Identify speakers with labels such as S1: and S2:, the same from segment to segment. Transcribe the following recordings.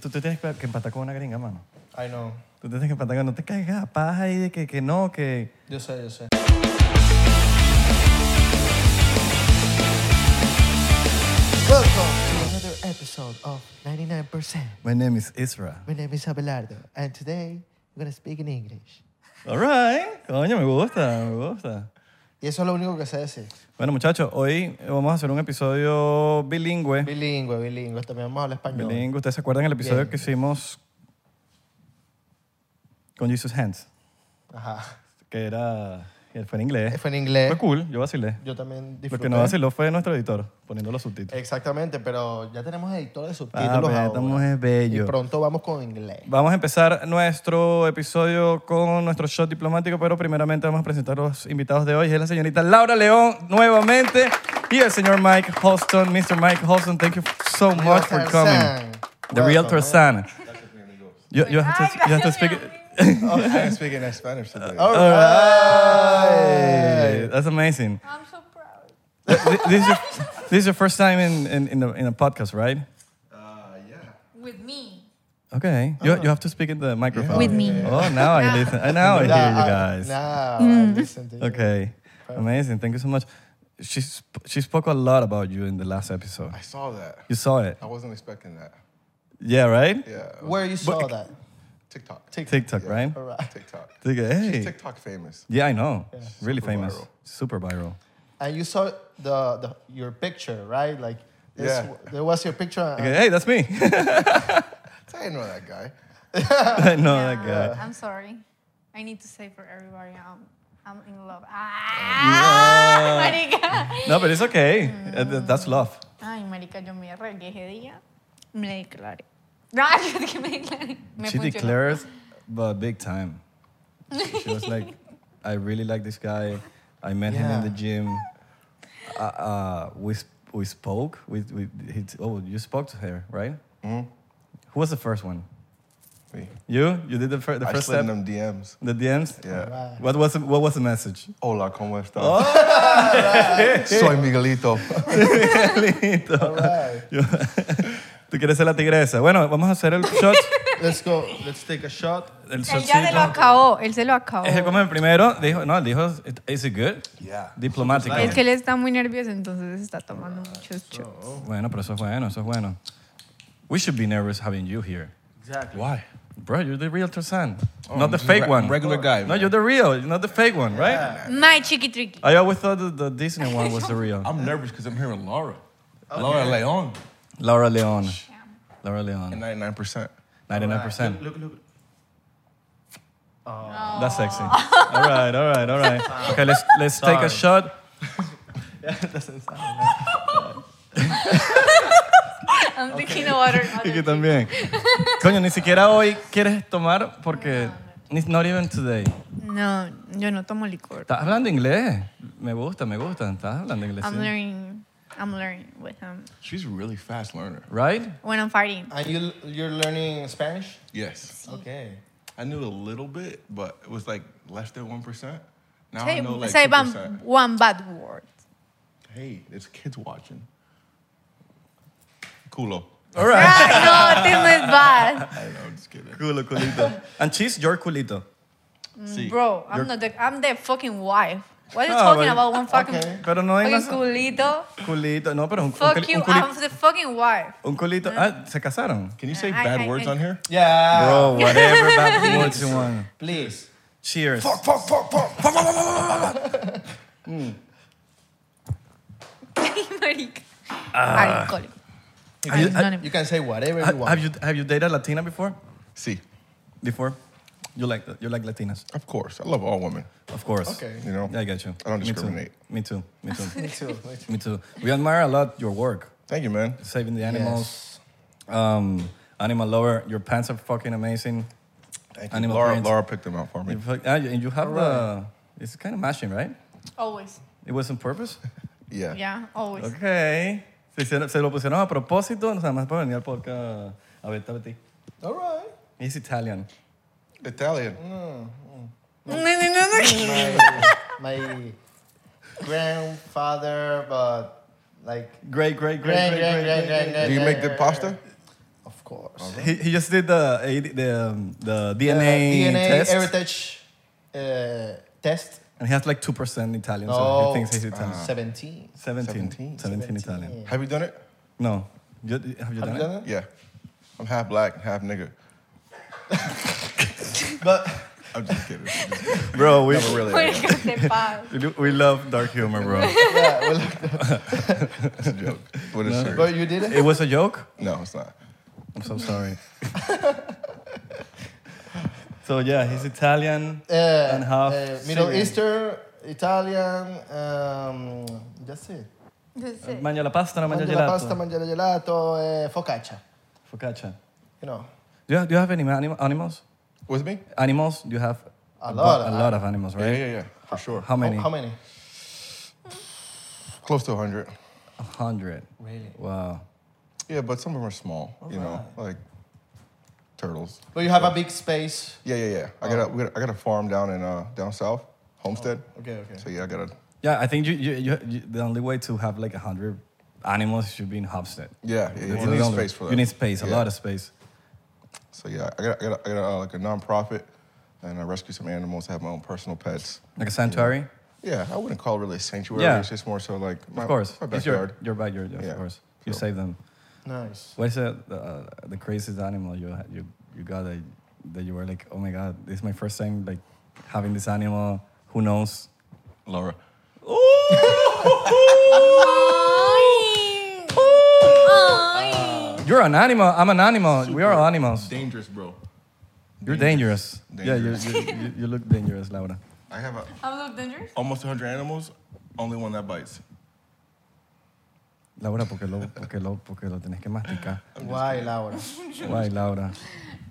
S1: Tú te tienes que empatar con una gringa, mano.
S2: I know.
S1: Tú te tienes que empatar con... No te caigas a paja ahí de que, que no, que...
S2: Yo sé, yo sé.
S3: Welcome to another episode of 99%.
S1: My name is Isra.
S3: My name is Abelardo, and today we're gonna speak in English.
S1: All right. Coño, me gusta, me gusta.
S2: Y eso es lo único que sé decir.
S1: Bueno, muchachos, hoy vamos a hacer un episodio bilingüe.
S2: Bilingüe, bilingüe. También vamos a hablar español.
S1: Bilingüe. ¿Ustedes se acuerdan el episodio
S2: Bien.
S1: que hicimos con Jesus Hands?
S2: Ajá.
S1: Que era... que Fue en inglés.
S2: Fue en inglés.
S1: Fue cool, yo vacilé.
S2: Yo también
S1: Lo
S2: disfruté.
S1: que no vaciló fue nuestro editor, poniendo los subtítulos.
S2: Exactamente, pero ya tenemos editor de subtítulos
S1: Ah,
S2: ahora.
S1: estamos es bello.
S2: Y pronto vamos con inglés.
S1: Vamos a empezar nuestro episodio con nuestro shot diplomático, pero primeramente vamos a presentar los invitados de hoy. Es la señorita Laura León nuevamente y el señor Mike Holston. Mr. Mike Holston, thank you so much for coming. The
S2: eh.
S1: Realtor San. You, you have to, you have to speak.
S4: I'm speaking in Spanish today.
S1: Uh, oh.
S2: All right.
S1: Hey, that's amazing.
S5: I'm so proud.
S1: Th- This is your, this is your first time in, in, in, a, in a podcast, right?
S4: Uh, yeah.
S5: With me.
S1: Okay. You, you have to speak in the microphone.
S5: With me.
S1: Oh, now I listen. I Now I hear you
S2: Nah, I-
S1: guys.
S2: nah, I listen to you.
S1: Okay. Amazing. Thank you so much. She, sp- she spoke a lot about you in the last episode.
S4: I saw that.
S1: You saw it.
S4: I wasn't expecting that.
S1: Yeah, right?
S4: Yeah.
S2: Where you saw that?
S4: TikTok.
S1: TikTok, right?
S2: All right.
S4: TikTok.
S1: Think,
S4: She's
S1: Hey.
S4: TikTok famous.
S1: Yeah, I know. Really
S4: Super
S1: famous.
S4: viral. Uh,
S1: Super viral.
S2: And you saw the, the your picture, right? Like, this,
S4: Yeah.
S2: there was your picture. and-
S1: Okay, hey, that's me.
S4: I didn't know that guy.
S1: I know that guy.
S5: I'm sorry. I need to say for everybody, I'm, I'm in love. Ah, marica.
S1: No, but it's okay. Uh, th- That's love.
S5: Ay, marica, yo me arreglé ese día. Me declaré. No, yo dije me declaré. Me
S1: she
S5: funcionó.
S1: declares, but big time. She was like, I really like this guy. I met him in the gym. Uh, uh, we, sp- we spoke. We, we, he t- oh, you spoke to her, right? Who was the first one?
S4: Me.
S1: You? You did the, fir- the
S4: I
S1: first
S4: slid
S1: step?
S4: in them DMs.
S1: The DMs?
S4: Yeah.
S1: What was, the, what was the message?
S4: Hola, como estas?
S1: Oh.
S4: Soy Miguelito.
S2: All right.
S1: Yo- Tú quieres ser la tigresa. Bueno, vamos a hacer el shot.
S2: Let's go. Let's take a shot.
S1: El
S5: Él ya se lo
S1: shotcito.
S5: acabó. Él se lo acabó.
S1: Él come primero. Dijo, no, dijo, is it good?
S4: Yeah.
S1: Diplomático.
S5: Es que él está muy nervioso, entonces está tomando
S1: Ah,
S5: muchos shots.
S1: Bueno, pero eso es bueno, eso es bueno. We should be nervous having you here.
S2: Exactly.
S4: Why?
S1: Bro, you're the real Tarzan.
S4: I'm
S1: not the
S4: just
S1: fake
S4: re-
S1: one.
S4: regular guy,
S1: No,
S4: man.
S1: you're the real, you're not the fake one, right?
S5: My chiqui triqui.
S1: I always thought that the Disney one was the real.
S6: I'm nervous because I'm hearing Laura.
S4: Oh,
S6: Laura Leon.
S1: Laura Leon. Laura Leon.
S4: 99%.
S1: 99%.
S2: Look, look, look.
S1: That's sexy. all right, all right, all right. Okay, let's, let's take a shot.
S2: Doesn't sound right.
S5: I'm drinking water.
S1: Y que también. Coño, ni siquiera hoy quieres tomar porque. It's not even today.
S5: No, yo no tomo licor.
S1: ¿Estás hablando inglés? Me gusta, me gusta. ¿Estás hablando inglés?
S5: I'm
S1: sí.
S5: learning. I'm learning with him.
S6: She's a really fast learner.
S1: Right?
S5: When I'm fighting.
S2: And you you're learning Spanish?
S6: Yes.
S2: Okay.
S6: I knew a little bit, but it was like less than 1%. Now I
S5: Say,
S6: know like
S5: say one,
S6: 2%.
S5: one bad word.
S6: Hey, there's kids watching. Culo.
S1: All right.
S5: Ah, no, this is bad.
S6: I know, I'm just kidding.
S1: Culo, culito. And she's your culito.
S6: See,
S5: Bro, I'm not the, I'm the fucking wife. What are you
S1: Ah,
S5: talking
S1: bueno.
S5: about? One fucking,
S2: Okay.
S1: Pero no hay
S5: fucking
S1: más.
S5: culito.
S1: Culito. No, pero un, un
S5: Fuck
S1: culi-
S5: you,
S1: un
S5: I'm
S1: culito.
S5: the fucking wife.
S1: Un culito. Ah, se casaron.
S6: Can you say
S5: I-
S6: bad
S5: I-
S6: words
S5: I-
S6: on here?
S2: Yeah.
S1: Bro, whatever bad words you want.
S2: Please.
S1: Cheers.
S6: Fuck, fuck, fuck, fuck, fuck, fuck, fuck, fuck, fuck.
S5: Marica. Alcoholic.
S1: Have you, have,
S2: You can say whatever you
S1: have-
S2: want.
S1: have you have you dated a Latina before?
S6: See,
S1: Before, you like you like Latinas,
S6: of course. I love all women.
S1: of course.
S2: Okay.
S6: You know?
S1: I got you.
S6: I don't
S1: Me too.
S6: discriminate.
S1: Me too. Me too.
S2: Me too. me too.
S1: Me too. We admire a lot your work,
S6: Thank you, man.
S1: saving the animals, um, animal lover. Your pants are fucking amazing.
S6: Thank you.
S1: Animal
S6: Laura,
S1: prints.
S6: Laura picked them out for me.
S1: You fuck- ah, you- and you have the. It's kind of matching, right?
S5: Always.
S1: It was on purpose.
S6: Yeah.
S5: Yeah, always.
S1: Ok. Se, hicieron- se lo pusieron a propósito, nada más para venir al podcast a ver, a ti.
S2: All right.
S1: He's Italian.
S6: Italian.
S5: No, no, no, no.
S2: My, my grandfather, but like
S1: Great, great, great,
S2: Great,
S1: great, great,
S2: great, great,
S1: great.
S2: great.
S6: Do you make good pasta?
S2: of course.
S1: He, he just did the AD the, um, the
S2: Uh,
S1: DNA,
S2: DNA
S1: test,
S2: heritage uh, test. Uh,
S1: and he has like two percent Italian, so
S2: No.
S1: he thinks he's Italian.
S2: 17.
S1: 17, 17,
S6: Seventeen.
S1: Italian.
S6: Have you done it?
S1: No, you, have you done
S2: Have you
S1: it?
S2: done that?
S6: Yeah. I'm half black, half nigga.
S2: But
S6: I'm just kidding. I'm just kidding.
S1: Bro, we,
S6: Never really.
S5: Porque te pasa.
S1: we do- we love dark humor, bro.
S6: It's a joke. What is serious.
S2: but you did it.
S1: it was a joke.
S6: No, it's not.
S1: I'm so sorry. so yeah, he's Italian
S6: Eh,
S2: Uh,
S1: and half
S2: uh, Middle
S1: Syrian.
S2: Eastern, Italian. Um, that's it.
S5: Entonces,
S1: Mangia Eh, la pasta, no mangia
S2: Mangiare
S1: gelato.
S2: pasta, mangiare gelato, uh, focaccia.
S1: Focaccia.
S2: You know,
S1: Do you have, do you have any anim- animals?
S6: With me?
S1: Animals? You have
S2: A
S1: bu-
S2: lot.
S1: a lot of animals,
S6: Yeah,
S1: right?
S6: yeah, yeah. For sure.
S1: How many?
S2: How, how many?
S6: Close to 100.
S1: A hundred.
S2: Really?
S1: Wow.
S6: Yeah, but some of them are small, you know, like turtles.
S2: But you have a big space.
S6: Yeah, yeah, yeah. I got a, we got, I got a farm down in uh, down south, Homestead.
S2: Okay, Oh, okay.
S6: So yeah, I got a
S1: Yeah, I think you, you, you, you the only way to have like a hundred animals should be in Hofstad.
S6: yeah. yeah,
S1: That's
S6: you
S1: the
S6: need
S1: only-
S6: space for that.
S1: You need space, a
S6: Yeah.
S1: lot of space.
S6: So yeah, I got I got, I got uh, like a nonprofit, and I rescue some animals. I have my own personal pets.
S1: Like a sanctuary?
S6: Yeah, I wouldn't call it really a sanctuary.
S1: Yeah.
S6: It's just more so like my,
S1: Of course.
S6: my
S1: It's your,
S6: backyard.
S1: your backyard, of
S6: Yeah.
S1: course. You
S6: So-
S1: save them.
S2: Nice.
S1: What is the, uh, the craziest animal you, ha- you, you got that, that you were like, oh my God, this is my first time like having this animal. Who knows?
S7: Laura.
S5: Ay. Ay.
S1: You're an animal. I'm an animal. We are all animals.
S7: Dangerous, bro.
S1: You're dangerous.
S6: Dangerous.
S1: Yeah, you're, you're, you, you look dangerous, Laura.
S6: I have a
S5: I'm not dangerous.
S7: Almost 100 animals, only one that bites.
S1: Laura, porque lo, porque lo, porque lo tenés que masticar.
S2: Why, Laura?
S1: Guay, Laura.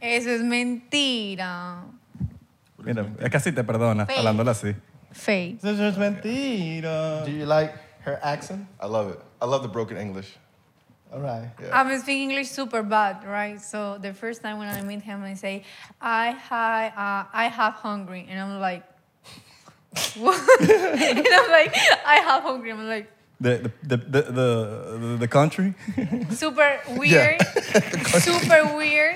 S5: Eso es mentira.
S1: Mira, es casi te perdona,
S5: Fake.
S1: hablándola así.
S5: Fake.
S1: Eso es mentira.
S2: Do you like her accent?
S6: I love it. I love the broken English.
S2: All right.
S5: I'm speaking English super bad, right? So the first time when I meet him, I say, "I hi, uh, I have hungry," and I'm like, "What?" and I'm like, "I have hungry." I'm like,
S1: The, the, the, the, the, the country?
S5: super weird, super weird.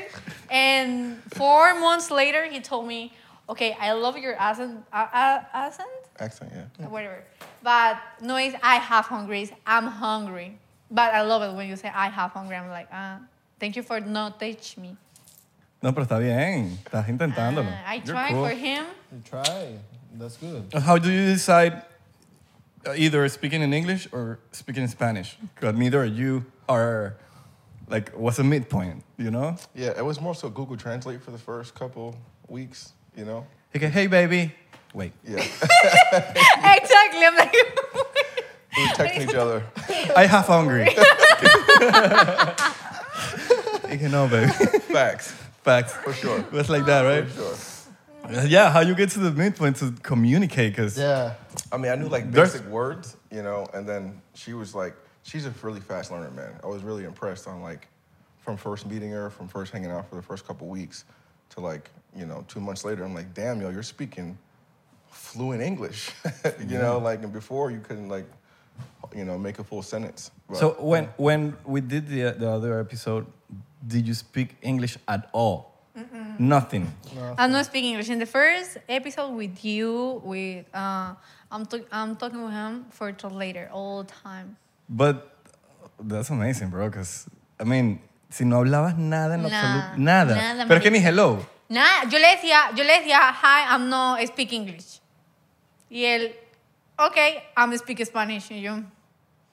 S5: And four months later, he told me, "Okay, I love your accent, uh, uh, accent,
S6: Accent, yeah.
S5: whatever, but no, it's I have hungry. It's I'm hungry, but I love it when you say I have hungry. I'm like, ah, thank you for not teach me.
S1: No, pero está bien. Estás intentándolo.
S5: Ah, I
S1: You're
S5: try
S1: cool.
S5: for him.
S2: You try. That's good.
S1: How do you decide uh, either speaking in English or speaking in Spanish? Because neither of you are, like, what's a midpoint, you know?
S6: Yeah, it was more so Google Translate for the first couple weeks, you know?
S1: He goes, hey, baby. Wait.
S6: Yeah.
S5: exactly. I'm like,
S6: we were texting each other.
S1: I half hungry. you can know, baby.
S6: Facts,
S1: Facts.
S6: for sure.
S1: It was like that, right?
S6: For sure.
S1: Yeah, how you get to the midpoint to communicate? Cause
S2: Yeah.
S6: I mean, I knew like
S1: There's-
S6: basic words, you know, and then she was like, she's a really fast learner, man. I was really impressed on like, from first meeting her, from first hanging out for the first couple weeks, to like, you know, two months later, I'm like, damn, yo, you're speaking fluent English, you know, like, and before you couldn't like, you know, make a full sentence. But
S1: so when when we did the the other episode, did you speak English at all? Nothing.
S5: I'm not speaking English. In the first episode with you, with uh, I'm, talk I'm talking with him for translator all the time.
S1: But that's amazing, bro. Cause I mean, si no hablabas nada en
S5: Nah,
S1: absoluto, nada.
S5: nada,
S1: Pero es que ni
S5: marica.
S1: hello.
S5: Nada, yo le decía, yo le decía, hi, I'm no speak English. Y él, ok, I'm speak Spanish. Y yo,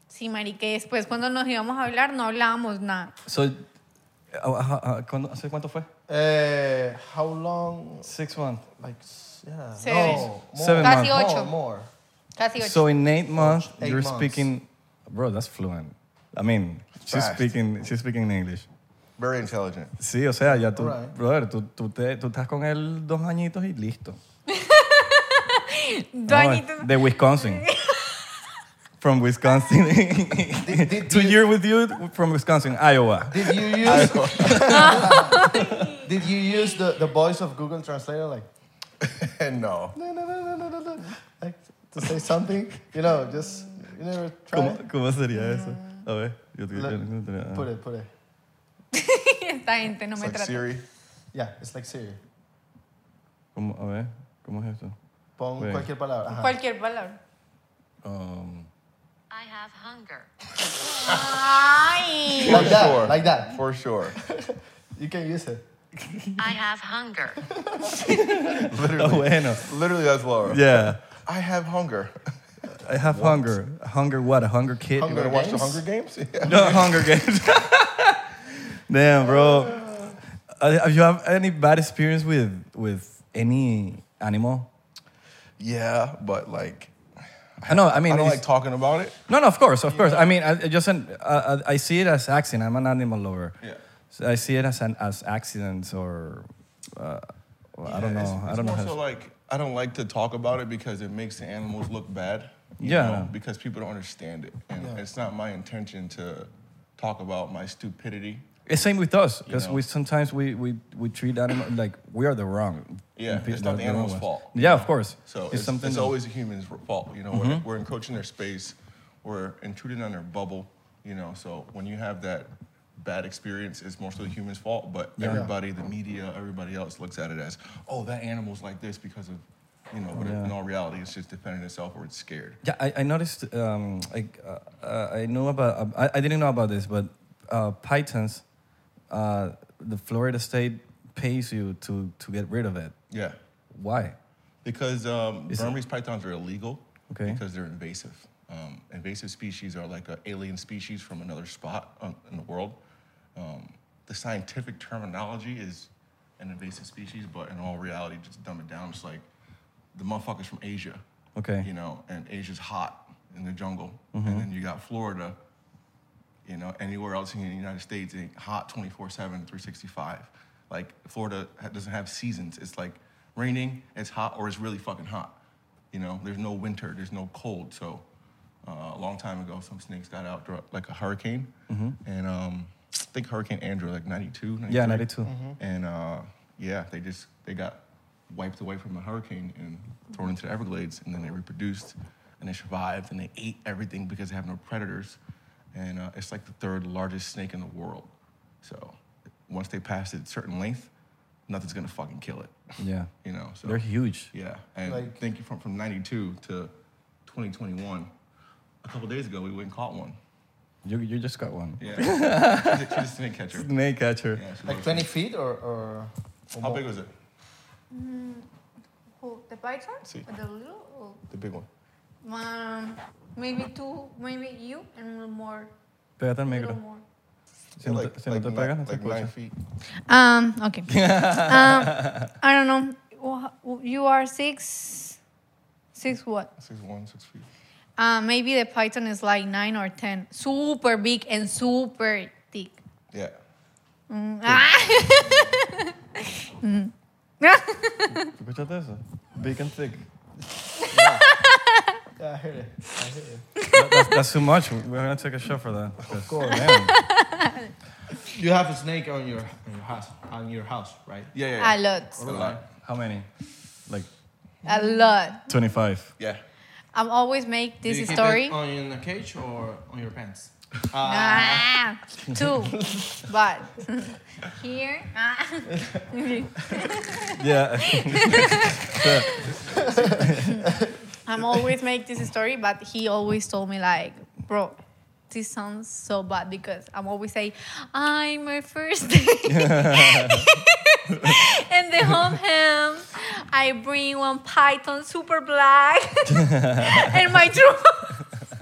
S5: sí, marique. Después cuando nos íbamos a hablar, no hablábamos nada.
S1: So, uh, uh, uh, ¿cuándo- ¿hace cuánto fue?
S2: Uh, how long?
S1: Six months.
S2: Like, s- yeah.
S5: Seven.
S2: No, more.
S1: Seven
S5: Casi
S1: months.
S5: ocho.
S2: More, more.
S5: Casi ocho.
S1: So in eight months,
S2: Eight
S1: you're
S2: months.
S1: speaking, bro. That's fluent. I mean, she's
S6: Fast.
S1: speaking. She's speaking in English.
S6: very intelligent.
S1: Sí, o sea, ya tú,
S2: Alright.
S1: brother, tú, tú, te- tú estás con él dos añitos y listo.
S5: Dos
S1: No,
S5: añitos.
S1: De Wisconsin. From Wisconsin.
S2: Did- did
S1: Two
S2: you-
S1: year with you from Wisconsin, Iowa.
S2: Did you use? did you use the, the voice of Google Translator like,
S6: And no,
S2: no, no, no, no, no, no, no, like to say something? You know, just you never try.
S1: ¿Cómo,
S2: it?
S1: cómo sería eso? A ver, yo te
S2: Look,
S1: yo no tenía- ah,
S2: Put it, put it.
S5: Esta gente no
S6: It's
S5: me
S6: like
S5: trata.
S6: Siri.
S2: Yeah, it's like Siri.
S1: ¿Cómo? A ver, ¿cómo es esto?
S2: Pon
S1: Wait.
S2: cualquier palabra. Ajá.
S5: Cualquier palabra.
S1: Um,
S8: I have hunger.
S5: Ay.
S6: For
S2: Like that,
S6: sure.
S2: like that.
S6: For sure.
S2: You can use it.
S8: I have hunger.
S1: está Ah, bueno.
S6: Literally, that's Laura.
S1: Yeah.
S6: I have hunger.
S1: I have hunger. Hunger what? A hunger kid?
S6: You
S2: Hunger
S6: gonna watch the
S2: Games?
S6: Hunger Games? Yeah.
S1: No, Hunger Games. Damn, bro. Uh, Have you have any bad experience with with any animal?
S6: Yeah, but like,
S1: I know. I mean,
S6: I don't
S1: it's-
S6: like talking about it.
S1: no, no. Of course, of course. I mean, I, I just an, uh, I see it as accident. I'm an animal lover.
S6: Yeah.
S1: So I see it as an as accidents or uh, well, I don't know.
S6: Yeah, it's-
S1: I
S6: it's
S1: don't know.
S6: more
S1: How
S6: so
S1: to,
S6: like I don't like to talk about it because it makes the animals look bad. you
S1: Yeah.
S6: know, because people don't understand it, and it's not my intention to talk about my stupidity.
S1: it's same with us
S6: You
S1: because
S6: know.
S1: we sometimes we we we treat animal like we are the wrong.
S6: Yeah,
S1: pe-
S6: it's not the animal's
S1: wrong
S6: fault,
S1: ones. Yeah, of course.
S6: So it's,
S1: something
S6: it's
S1: that- Mm-hmm.
S6: always a human's fault. You know, we're, we're encroaching their space, we're intruding on their bubble. You know, so when you have that bad experience, it's mostly the human's fault. But everybody, the media, everybody else looks at it as, oh, that animal's like this because of, you know. But in
S1: Yeah.
S6: all reality, it's just defending itself or it's scared.
S1: Yeah, I, I noticed. Um, like uh, uh, I know about. Uh, I, I didn't know about this, but uh, pythons, uh, the Florida state pays you to to get rid of it.
S6: Yeah.
S1: Why?
S6: Because um,
S1: Is it-
S6: Burmese pythons are illegal
S1: Okay.
S6: because they're invasive. Um, invasive species are like an alien species from another spot on, in the world. Um, the scientific terminology is an invasive species, but in all reality, just to dumb it down, it's like the motherfuckers from Asia.
S1: Okay. Mm-hmm.
S6: You know, and Asia's hot in the jungle. And then you got Florida, you know, anywhere else in the United States, it ain't hot 24 7, 365. Like, Florida ha- doesn't have seasons. It's like raining, it's hot, or it's really fucking hot. You know, there's no winter, there's no cold. So, uh, a long time ago, some snakes got out, dur- like a hurricane. And um, I think Hurricane Andrew, like 92, 93.
S1: Yeah, 92.
S6: And uh, yeah, they just, they got wiped away from a hurricane and thrown into the Everglades. And then they reproduced and they survived and they ate everything because they have no predators. And uh, it's like the third largest snake in the world. So once they pass a certain length, nothing's gonna fucking kill it.
S1: Yeah,
S6: You know, so
S1: they're huge.
S6: yeah, and
S2: Like-
S6: thank you from from '92 to 2021. A couple days ago, we went and caught one.
S1: You you just got one.
S6: Yeah, she's, a, she's a snake catcher.
S1: Snake catcher.
S6: Yeah, she's a
S2: Like
S6: little
S2: 20 feet or, or, or
S6: snake. How
S2: more?
S6: big was it?
S5: Who, the python?
S6: Sí.
S5: The little? or-
S6: The big one.
S5: Um, maybe two, maybe you and one more.
S1: Pégate al
S5: Little
S1: micro.
S5: more.
S1: Si no te, si no te pegas, no te
S6: like nine
S1: escuchas.
S6: feet.
S5: Um, okay. um, I don't know. Wha- You are six, six what?
S6: Six one, six feet.
S5: Uh, maybe the python is like nine or ten. Super big and super thick.
S6: Yeah.
S5: Ah. Mm-hmm.
S1: ¿Escuchaste eso? Big and thick.
S2: Yeah, I heard it. I heard it.
S1: That- that's, that's too much. We're gonna take a shot for that. Of
S2: course. You have a snake on your, on your house, on your house, right?
S6: Yeah, yeah.
S5: A lot.
S6: yeah. A lot.
S1: How many? Like
S5: A lot.
S1: twenty-five.
S6: Yeah.
S5: I'm always make
S2: Do you
S5: this
S2: keep it
S5: story.
S2: on in a cage or on your pants? Uh,
S5: Ah, two, but here. ah.
S1: Yeah.
S5: I'm always make this story, but he always told me like, bro, this sounds so bad because I'm always say, I'm my first day. and the home ham, I bring one python super black and my drum.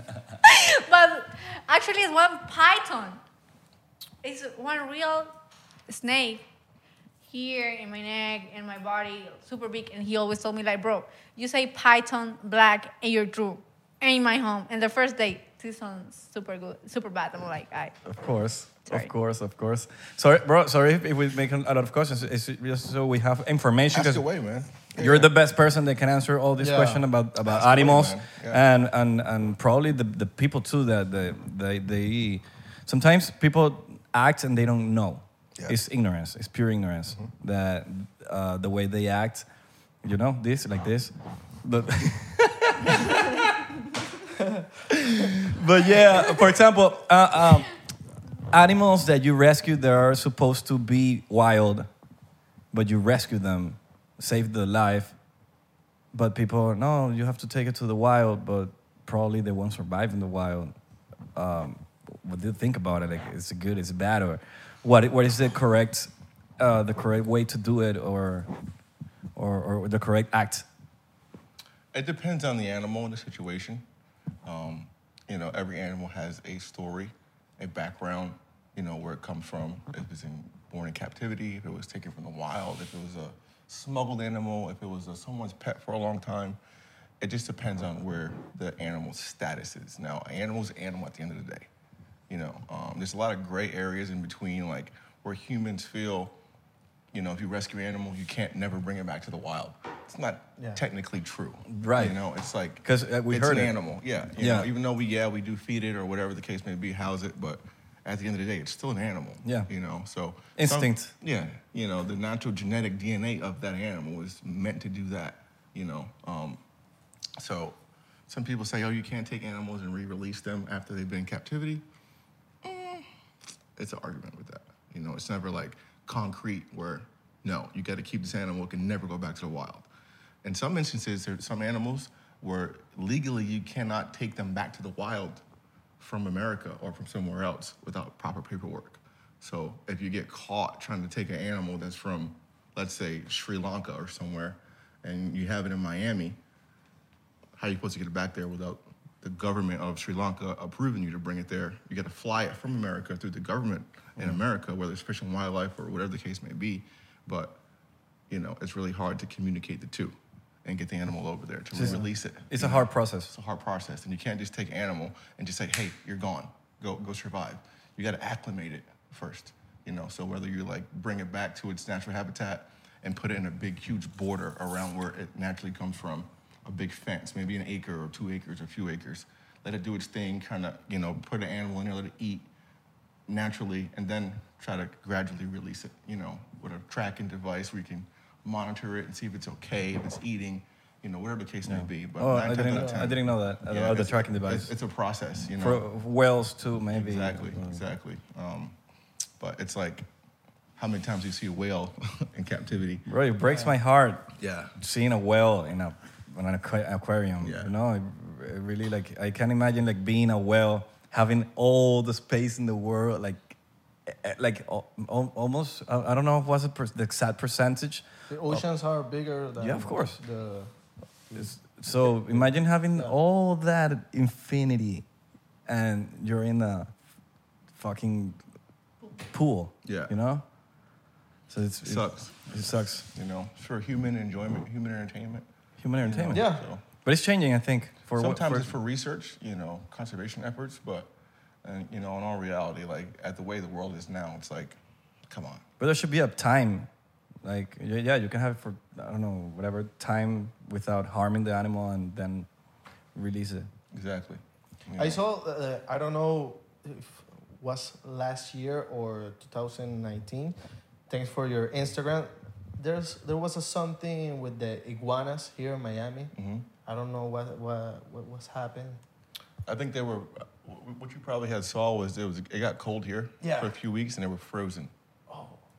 S5: but actually it's one python. It's one real snake here in my neck and my body, super big. And he always told me, like, bro, you say Python black and you're true. Ain't my home. And the first day, this sounds super good, super bad. I'm like, I.
S1: Of course.
S5: Sorry.
S1: Of course, of course. Sorry, bro. Sorry if, if we make a lot of questions. It's just so we have information
S6: Ask
S1: because
S6: away, man.
S1: you're the best person that can answer all these
S2: Yeah.
S1: questions about, about
S6: Ask away,
S1: animals
S6: man. Yeah.
S1: and, and and probably the, the people too that they, they they sometimes people act and they don't know.
S6: Yeah. Mm-hmm.
S1: It's ignorance. It's pure ignorance that uh, the way they act, you know, this like this. But- but yeah, for example, uh, um, animals that you rescued that are supposed to be wild, but you rescue them, save the life, but people are, no, you have to take it to the wild, but probably they won't survive in the wild. Um, what do you think about it? Like, is it good? Is it bad? Or what? What is the correct, uh, the correct way to do it, or, or, or the correct act?
S6: It depends on the animal and the situation. Um, you know, every animal has a story, a background, you know, where it comes from. If it's in, born in captivity, if it was taken from the wild, if it was a smuggled animal, if it was a, someone's pet for a long time. It just depends on where the animal's status is. Now, animal's animal at the end of the day. You know, um, there's a lot of gray areas in between, like where humans feel you know, if you rescue an animal, you can't never bring it back to the wild. It's not
S2: Yeah.
S6: technically true.
S1: Right.
S6: You know, it's like
S1: 'Cause, uh, we
S6: it's
S1: heard
S6: an
S1: it.
S6: animal. Yeah. you
S1: Yeah.
S6: know, even though we yeah we do feed it or whatever the case may be, house it, but at the end of the day, it's still an animal.
S1: Yeah.
S6: You know, so
S1: Instinct.
S6: some- yeah. You know, the natural genetic DNA of that animal is meant to do that. You know, um, so some people say, oh, you can't take animals and re-release them after they've been in captivity it's an argument with that. You know, it's never like concrete where no, you got to keep this animal. It can never go back to the wild. In some instances, there's some animals where legally you cannot take them back to the wild from America or from somewhere else without proper paperwork. So if you get caught trying to take an animal that's from, let's say, Sri Lanka or somewhere, and you have it in Miami, how are you supposed to get it back there without the government of Sri Lanka approving you to bring it there? You got to fly it from America through the government in America, whether it's Fish and Wildlife or whatever the case may be. But you know, it's really hard to communicate the two and get the animal over there to release it.
S1: It's a hard process.
S6: It's a hard process, and you can't just take an animal and just say, "Hey, you're gone. Go, go survive." You got to acclimate it first, you know. So whether you like bring it back to its natural habitat and put it in a big, huge border around where it naturally comes from, a big fence, maybe an acre or two acres or a few acres, let it do its thing, kind of, you know, put an animal in there, let it eat naturally, and then try to gradually release it, you know, with a tracking device where you can monitor it and see if it's okay, if it's eating, you know, whatever the case may be. But
S1: Oh,
S6: nine
S1: I
S6: times out of
S1: didn't, I
S6: 10
S1: didn't know that.
S6: yeah,
S1: about the
S6: it's-
S1: tracking device.
S6: It's, it's a process, you know.
S1: For E whales too, maybe.
S6: exactly, exactly. Um, but it's like how many times you see a whale in captivity?
S1: Bro, it breaks my heart.
S6: Yeah.
S1: Seeing a whale in a in an aqua- aquarium.
S6: Yeah.
S1: You know, it, it really like I can't imagine like being a whale having all the space in the world like eh, eh, like al- al- almost I I don't know what's the, per- the exact percentage.
S2: The oceans are bigger than
S1: Yeah, of course.
S2: The
S1: It's- So imagine having all that infinity and you're in a fucking pool.
S6: Yeah.
S1: You know? So it's it-
S6: Sucks.
S1: It, sucks.
S6: You know, for human enjoyment, human entertainment.
S1: Human entertainment.
S2: yeah.
S6: So
S1: But it's changing, I think. For what-
S6: sometimes it's for research, you know, conservation efforts, but and you know, in all reality, like at the way the world is now, it's like, come on.
S1: But there should be a time, like yeah, yeah, you can have it for I don't know whatever time without harming the animal and then release it.
S6: Exactly. You
S2: I
S6: know,
S2: saw. Uh, I don't know if was last year or 2019. Thanks for your Instagram. There's there was a something with the iguanas here in Miami.
S1: Mm-hmm.
S2: I don't know what what what was happened.
S6: I think they were. What you probably had saw was it was it got cold here
S2: Yeah. Oh.
S6: for a few weeks and they were frozen.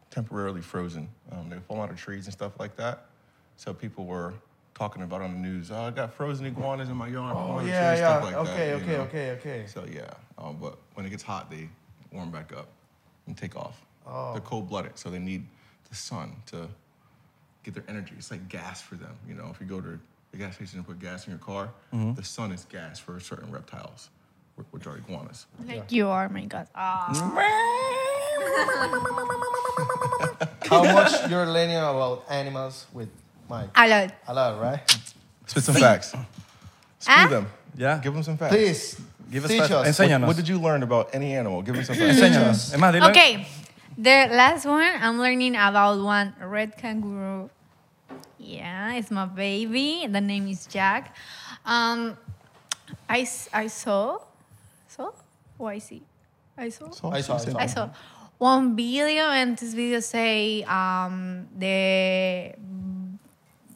S6: temporarily frozen. Um, they were falling out of trees and stuff like that. So people were talking about on the news. Oh, I got frozen iguanas in my yard.
S1: Oh,
S6: falling out of trees," stuff like that,
S2: Oh, okay,
S6: you
S2: okay,
S6: know.
S2: okay, okay.
S6: So yeah, um, but when it gets hot, they warm back up and take off. They're cold-blooded, so they need the sun to get their energy. It's like gas for them. You know, if you go to the gas station and put gas in your car, the sun is gas for certain reptiles, wh- which are iguanas.
S5: Like you are, my God. Ah.
S2: How much you're learning about animals with Mike?
S5: I love.
S2: A lot, right?
S6: Spit some facts. Screw
S5: Ah.
S6: them.
S1: Yeah.
S6: Give them some facts.
S2: Please
S1: Give us
S2: teach
S1: facts.
S2: us.
S1: Enséñanos.
S6: What, what did you learn about any animal? Give us some facts.
S1: Enséñanos. Es más, Ah, dilo.
S5: Okay, the last one I'm learning about one red kangaroo. Yeah, it's my baby. The name is Jack. Um, I s- I saw, saw, oh I see, I saw.
S2: Oh, I saw. I saw.
S5: I saw one video, and this video say um, the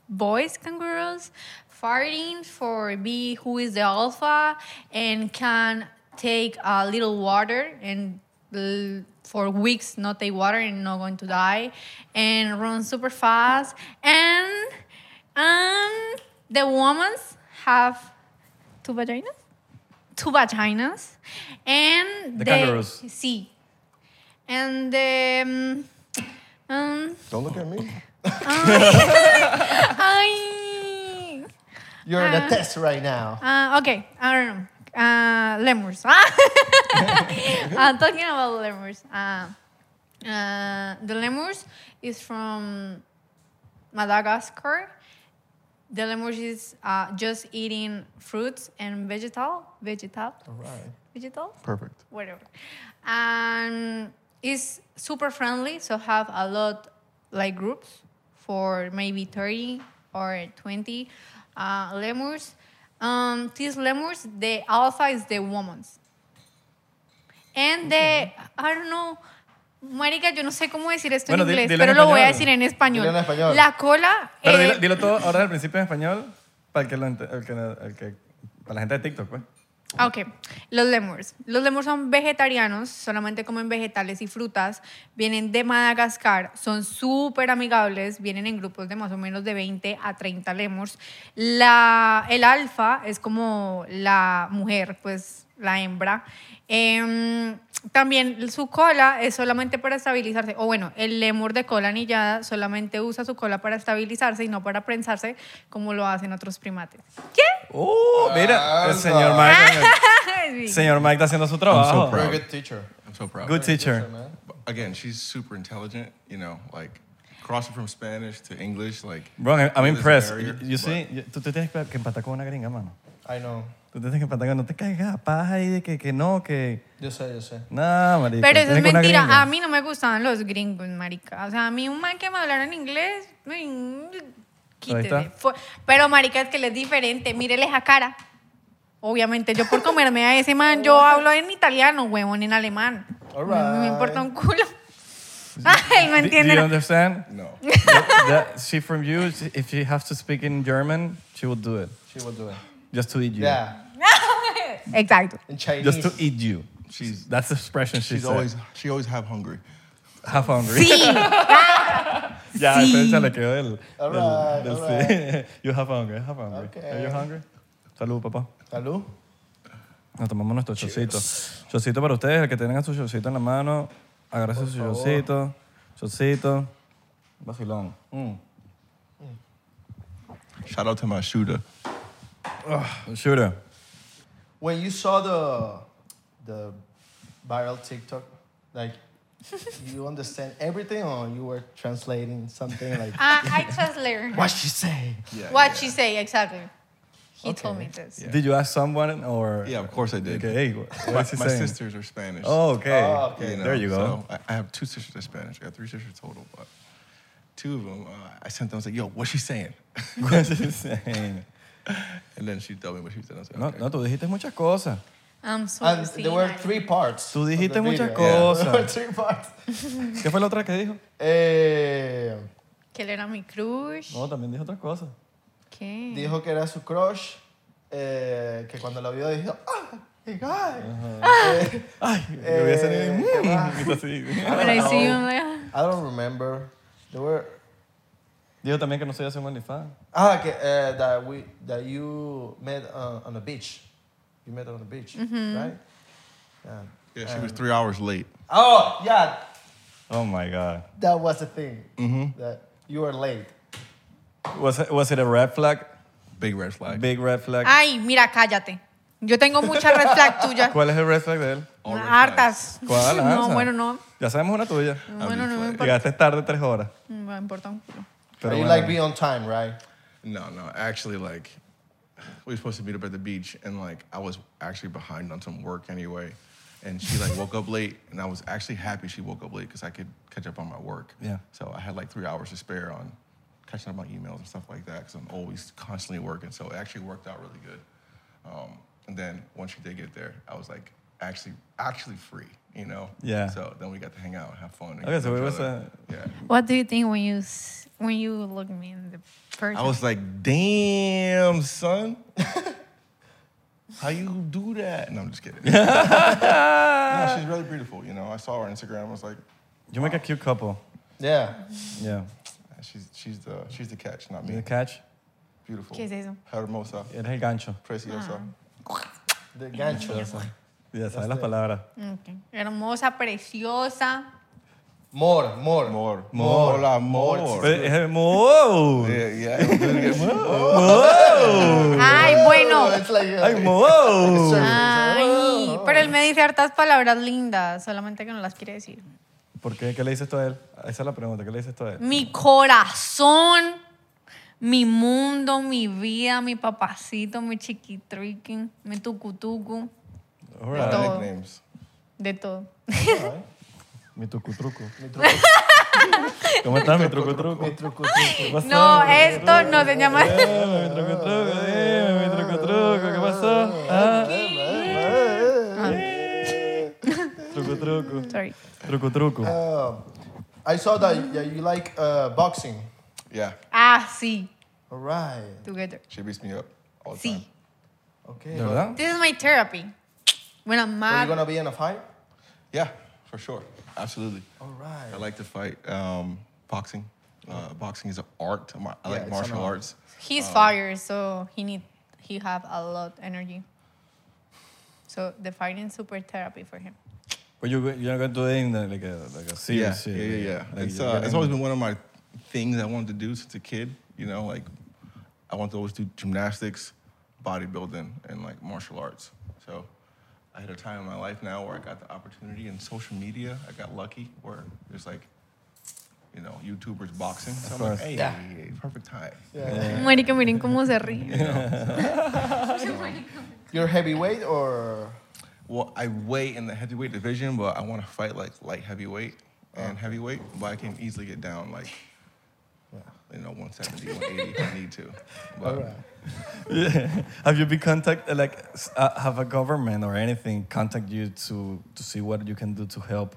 S5: boys kangaroos fighting for be who is the alpha and can take a little water and l- for weeks not take water and not going to die and run super fast and and Um, the women's have two vaginas two vaginas and
S1: The
S5: they-
S1: kangaroos.
S5: see and the um, um
S4: Don't look at me.
S5: I
S2: You're in a test right now.
S5: Uh, okay, I don't know. Uh, lemurs. I'm talking about lemurs. Uh, uh, the lemurs is from Madagascar. The lemurs is uh, just eating fruits and vegetal, vegetal,
S2: All right.
S5: vegetals
S4: Perfect.
S5: whatever. And it's super friendly, so have a lot like groups for maybe 30 or 20 uh, lemurs. Um, these lemurs, the alpha is the woman's. And the, I don't know, marica, yo no sé cómo decir esto
S1: Bueno,
S5: en
S1: di-
S5: inglés,
S1: dilo en
S5: pero lo voy a
S1: español.
S5: decir en español.
S2: Dilo en español.
S5: La cola...
S1: Pero
S5: eh,
S1: dilo, dilo todo ahora al principio en español para el que lo ente- el que, el que- para la gente de TikTok, pues.
S5: Ah, Ok, los lemurs. Los lemurs son vegetarianos, solamente comen vegetales y frutas, vienen de Madagascar, son súper amigables, vienen en grupos de más o menos de 20 a 30 lemurs. La, el alfa es como la mujer, pues la hembra. Em, también su cola es solamente para estabilizarse, o bueno, el lemur de cola anillada solamente usa su cola para estabilizarse y no para prensarse como lo hacen otros primates.
S1: ¡Uh! Mira, el
S4: Anda.
S1: señor Mike.
S5: Ah. Sí.
S1: el señor Mike está haciendo su trabajo.
S6: proud.
S2: Very good teacher.
S6: I'm so proud.
S1: Good teacher.
S6: Again, she's super intelligent. You know, like crossing from Spanish to English, like.
S1: Bro, I'm- I'm
S6: there's
S1: impressed.
S6: barriers,
S1: You see,
S6: but-
S1: you- tú te tienes que que empatar con una gringa, mano.
S2: I know.
S1: Tú te tienes que empatar con, no te caigas, paja ahí de que, que no, que...
S2: Yo sé, yo sé.
S1: Nada, marico.
S5: Pero eso es
S1: tienes que una
S5: mentira.
S1: gringa.
S5: A mí no me gustaban los gringos, marica. O sea, a mí un man que me hablara en inglés, mm,
S1: está.
S5: quítese. Fue- Pero, marica, es que él es diferente. Mírele esa cara. Obviamente, yo por comerme a ese man, yo hablo en italiano, huevón, en alemán.
S2: All
S5: No me
S2: right.
S5: importa un culo.
S1: Do- Do
S5: Ay, no
S1: you
S5: entienden.
S1: understand?
S6: No.
S1: that she from you, she- if she has to speak in German, she will do it.
S2: She will do it.
S1: Just to eat you.
S2: Yeah.
S5: Exacto.
S2: In Chinese.
S1: Just to eat you.
S6: She's-
S1: That's the expression she
S6: She's
S1: said.
S6: always she always have hungry.
S1: half hungry.
S5: Sí.
S1: Ya,
S5: Sí.
S1: ese se le quedó el.
S2: All
S1: el-
S2: right,
S1: del-
S2: all
S1: sí. You have hunger, half hungry. Are you
S2: Okay.
S1: hungry? Salud, papá.
S2: Salud.
S1: Nos tomamos nuestro chocito. Chocito para ustedes, el que tengan su chocito en la mano, agárrese su chocito. Chocito. Vacilón. Mm.
S6: Shout out to my shooter.
S1: Shooter.
S2: When you saw the the viral TikTok, like you understand everything, or you were translating something like
S5: Ah, I translate.
S2: what she say?
S6: Yeah.
S5: What she say, exactly. He told me this.
S1: Did you ask someone or?
S6: Yeah, of course I did.
S1: Okay, hey, what-
S6: My,
S1: what's he
S6: my
S1: saying?
S6: sisters are Spanish.
S1: Oh, okay.
S2: Oh, okay.
S6: know,
S1: There you go.
S6: So I, I have two sisters that are Spanish. I got three sisters total, but two of them, uh, I sent them. I was like, "Yo, what's she saying?"
S1: What you saying?
S6: and then she told me what she said. I was like,
S1: No,
S6: okay.
S1: no, tú dijiste muchas cosas.
S5: I'm so
S2: And Ah, there were
S5: excited.
S2: three parts.
S1: Tú
S2: of the
S1: dijiste muchas
S2: video.
S1: cosas.
S2: There were three parts.
S1: ¿Qué fue la otra que dijo?
S2: Eh,
S5: Que él era mi crush.
S1: No, también dijo otras cosas.
S5: ¿Qué?
S2: dijo que era su crush, eh, que cuando lo vio dijo, ¡Ah, my God!
S1: Ay, yo
S2: Eh,
S1: hubiese tenido
S2: ¿qué más?
S1: un así.
S5: But I see you, I'm like,
S2: I don't remember. There were
S1: Dijo también que no soy hacer un OnlyFans.
S2: Ah, que, eh, that we that you met uh, on the beach. You met on the beach, right? Yeah.
S6: Yeah, she was three hours late.
S2: Oh yeah,
S1: Oh my God.
S2: that was the thing.
S1: Mm-hmm.
S2: That you were late.
S1: Was it, was it a red flag?
S6: Big red flag.
S1: Big red flag.
S5: Ay, mira, cállate. Yo tengo muchas red flag tuyas.
S1: ¿Cuál es el red flag de él?
S6: All red
S5: Hartas.
S1: ¿Cuál?
S5: No,
S1: Hansa?
S5: bueno, no.
S1: Ya sabemos una tuya.
S5: Bueno, no me importa.
S1: Llegaste tarde tres horas.
S5: No me importa un culo.
S1: Pero
S2: you
S1: bueno.
S2: like be on time, right?
S6: No, no. Actually, like, we were supposed to meet up at the beach, and like, I was actually behind on some work anyway. And she like woke up late, and I was actually happy she woke up late because I could catch up on my work.
S1: Yeah.
S6: So I had like three hours to spare on catching up on emails and stuff like that because I'm always constantly working. So it actually worked out really good. Um, and then once she did get there, I was like actually actually free, you know.
S1: Yeah.
S6: So then we got to hang out and have fun. and
S1: Okay,
S6: get
S1: so
S6: to
S1: it
S6: each
S1: was
S6: other. yeah.
S5: What do you think when you s- when you look me in the person?
S6: I was like, damn, son. How you do that? No, I'm just kidding. no, she's really beautiful. You know, I saw her on Instagram. I was like,
S1: You make a cute couple.
S2: Yeah.
S1: Yeah.
S6: she's she's the she's the catch, not
S1: The
S6: me.
S1: catch?
S6: Beautiful.
S5: ¿Qué es eso?
S6: Hermosa.
S1: Eres el gancho.
S6: Preciosa.
S2: The gancho.
S1: Ya sabes
S2: Este.
S1: las palabras.
S5: Ok. Hermosa, preciosa.
S2: More, more.
S6: More.
S1: More.
S6: Hola, more.
S1: Pero Pues, es- ¡Wow!
S6: Yeah, yeah.
S5: Ay, bueno.
S2: Oh, it's like, uh,
S1: ¡Ay, wow!
S5: Ay, pero él me dice hartas palabras lindas, solamente que no las quiere decir.
S1: ¿Por qué? ¿Qué le dices tú a él? Esa es la pregunta. ¿Qué le dices tú a él?
S5: Mi corazón, mi mundo, mi vida, mi papacito, mi chiquitriqui, mi tucutucu,
S1: All
S6: Lot
S1: right.
S6: of
S5: Todo.
S6: Uh, nicknames.
S5: de todo.
S1: Mi truco truco. ¿Cómo estás, mi truco truco? Mi truco truco.
S5: No, esto no se llama.
S1: Mi truco truco, dime, mi truco truco. ¿Qué pasó? Ah,
S2: eh,
S1: truco truco.
S5: Sorry.
S1: Truco truco.
S2: uh,
S6: Ah.
S2: I saw that yeah, you like uh, boxing.
S6: Yeah,
S5: Ah, sí.
S2: All right.
S5: Together.
S6: she beats me up all the
S5: Sí.
S6: time.
S2: Okay.
S1: ¿De verdad?
S5: This is my therapy. When I'm
S2: Are you
S5: mad.
S2: gonna be in a fight?
S6: Yeah, for sure. Absolutely.
S2: All right.
S6: I like to fight um, boxing. Uh, boxing is an art. I'm- I like
S2: it's an
S6: martial
S2: art.
S6: arts.
S5: He's fire, so he need he have a lot energy. So the fighting super therapy for him.
S1: But you, you're going to do it in uh, like a, like a
S6: yeah,
S1: serious
S6: yeah,
S1: shit.
S6: yeah, yeah.
S1: Like
S6: it's
S1: you're
S6: uh, it's
S1: getting-
S6: always been one of my things I wanted to do since a kid. You know, like I wanted to always do gymnastics, bodybuilding, and like martial arts. So I had a time in my life now where I got the opportunity in social media. I got lucky where there's like, you know, YouTubers boxing. So I'm like,
S1: course.
S6: hey,
S2: Yeah.
S6: perfect time.
S5: Marica, miren cómo se ríe.
S2: You're heavyweight or
S6: Well, I weigh in the heavyweight division, but I want to fight like light heavyweight and heavyweight, but I can easily get down like, you know, 170, 180 if I need to. But
S1: have you been contact uh, like s- uh, have a government or anything contact you to to see what you can do to help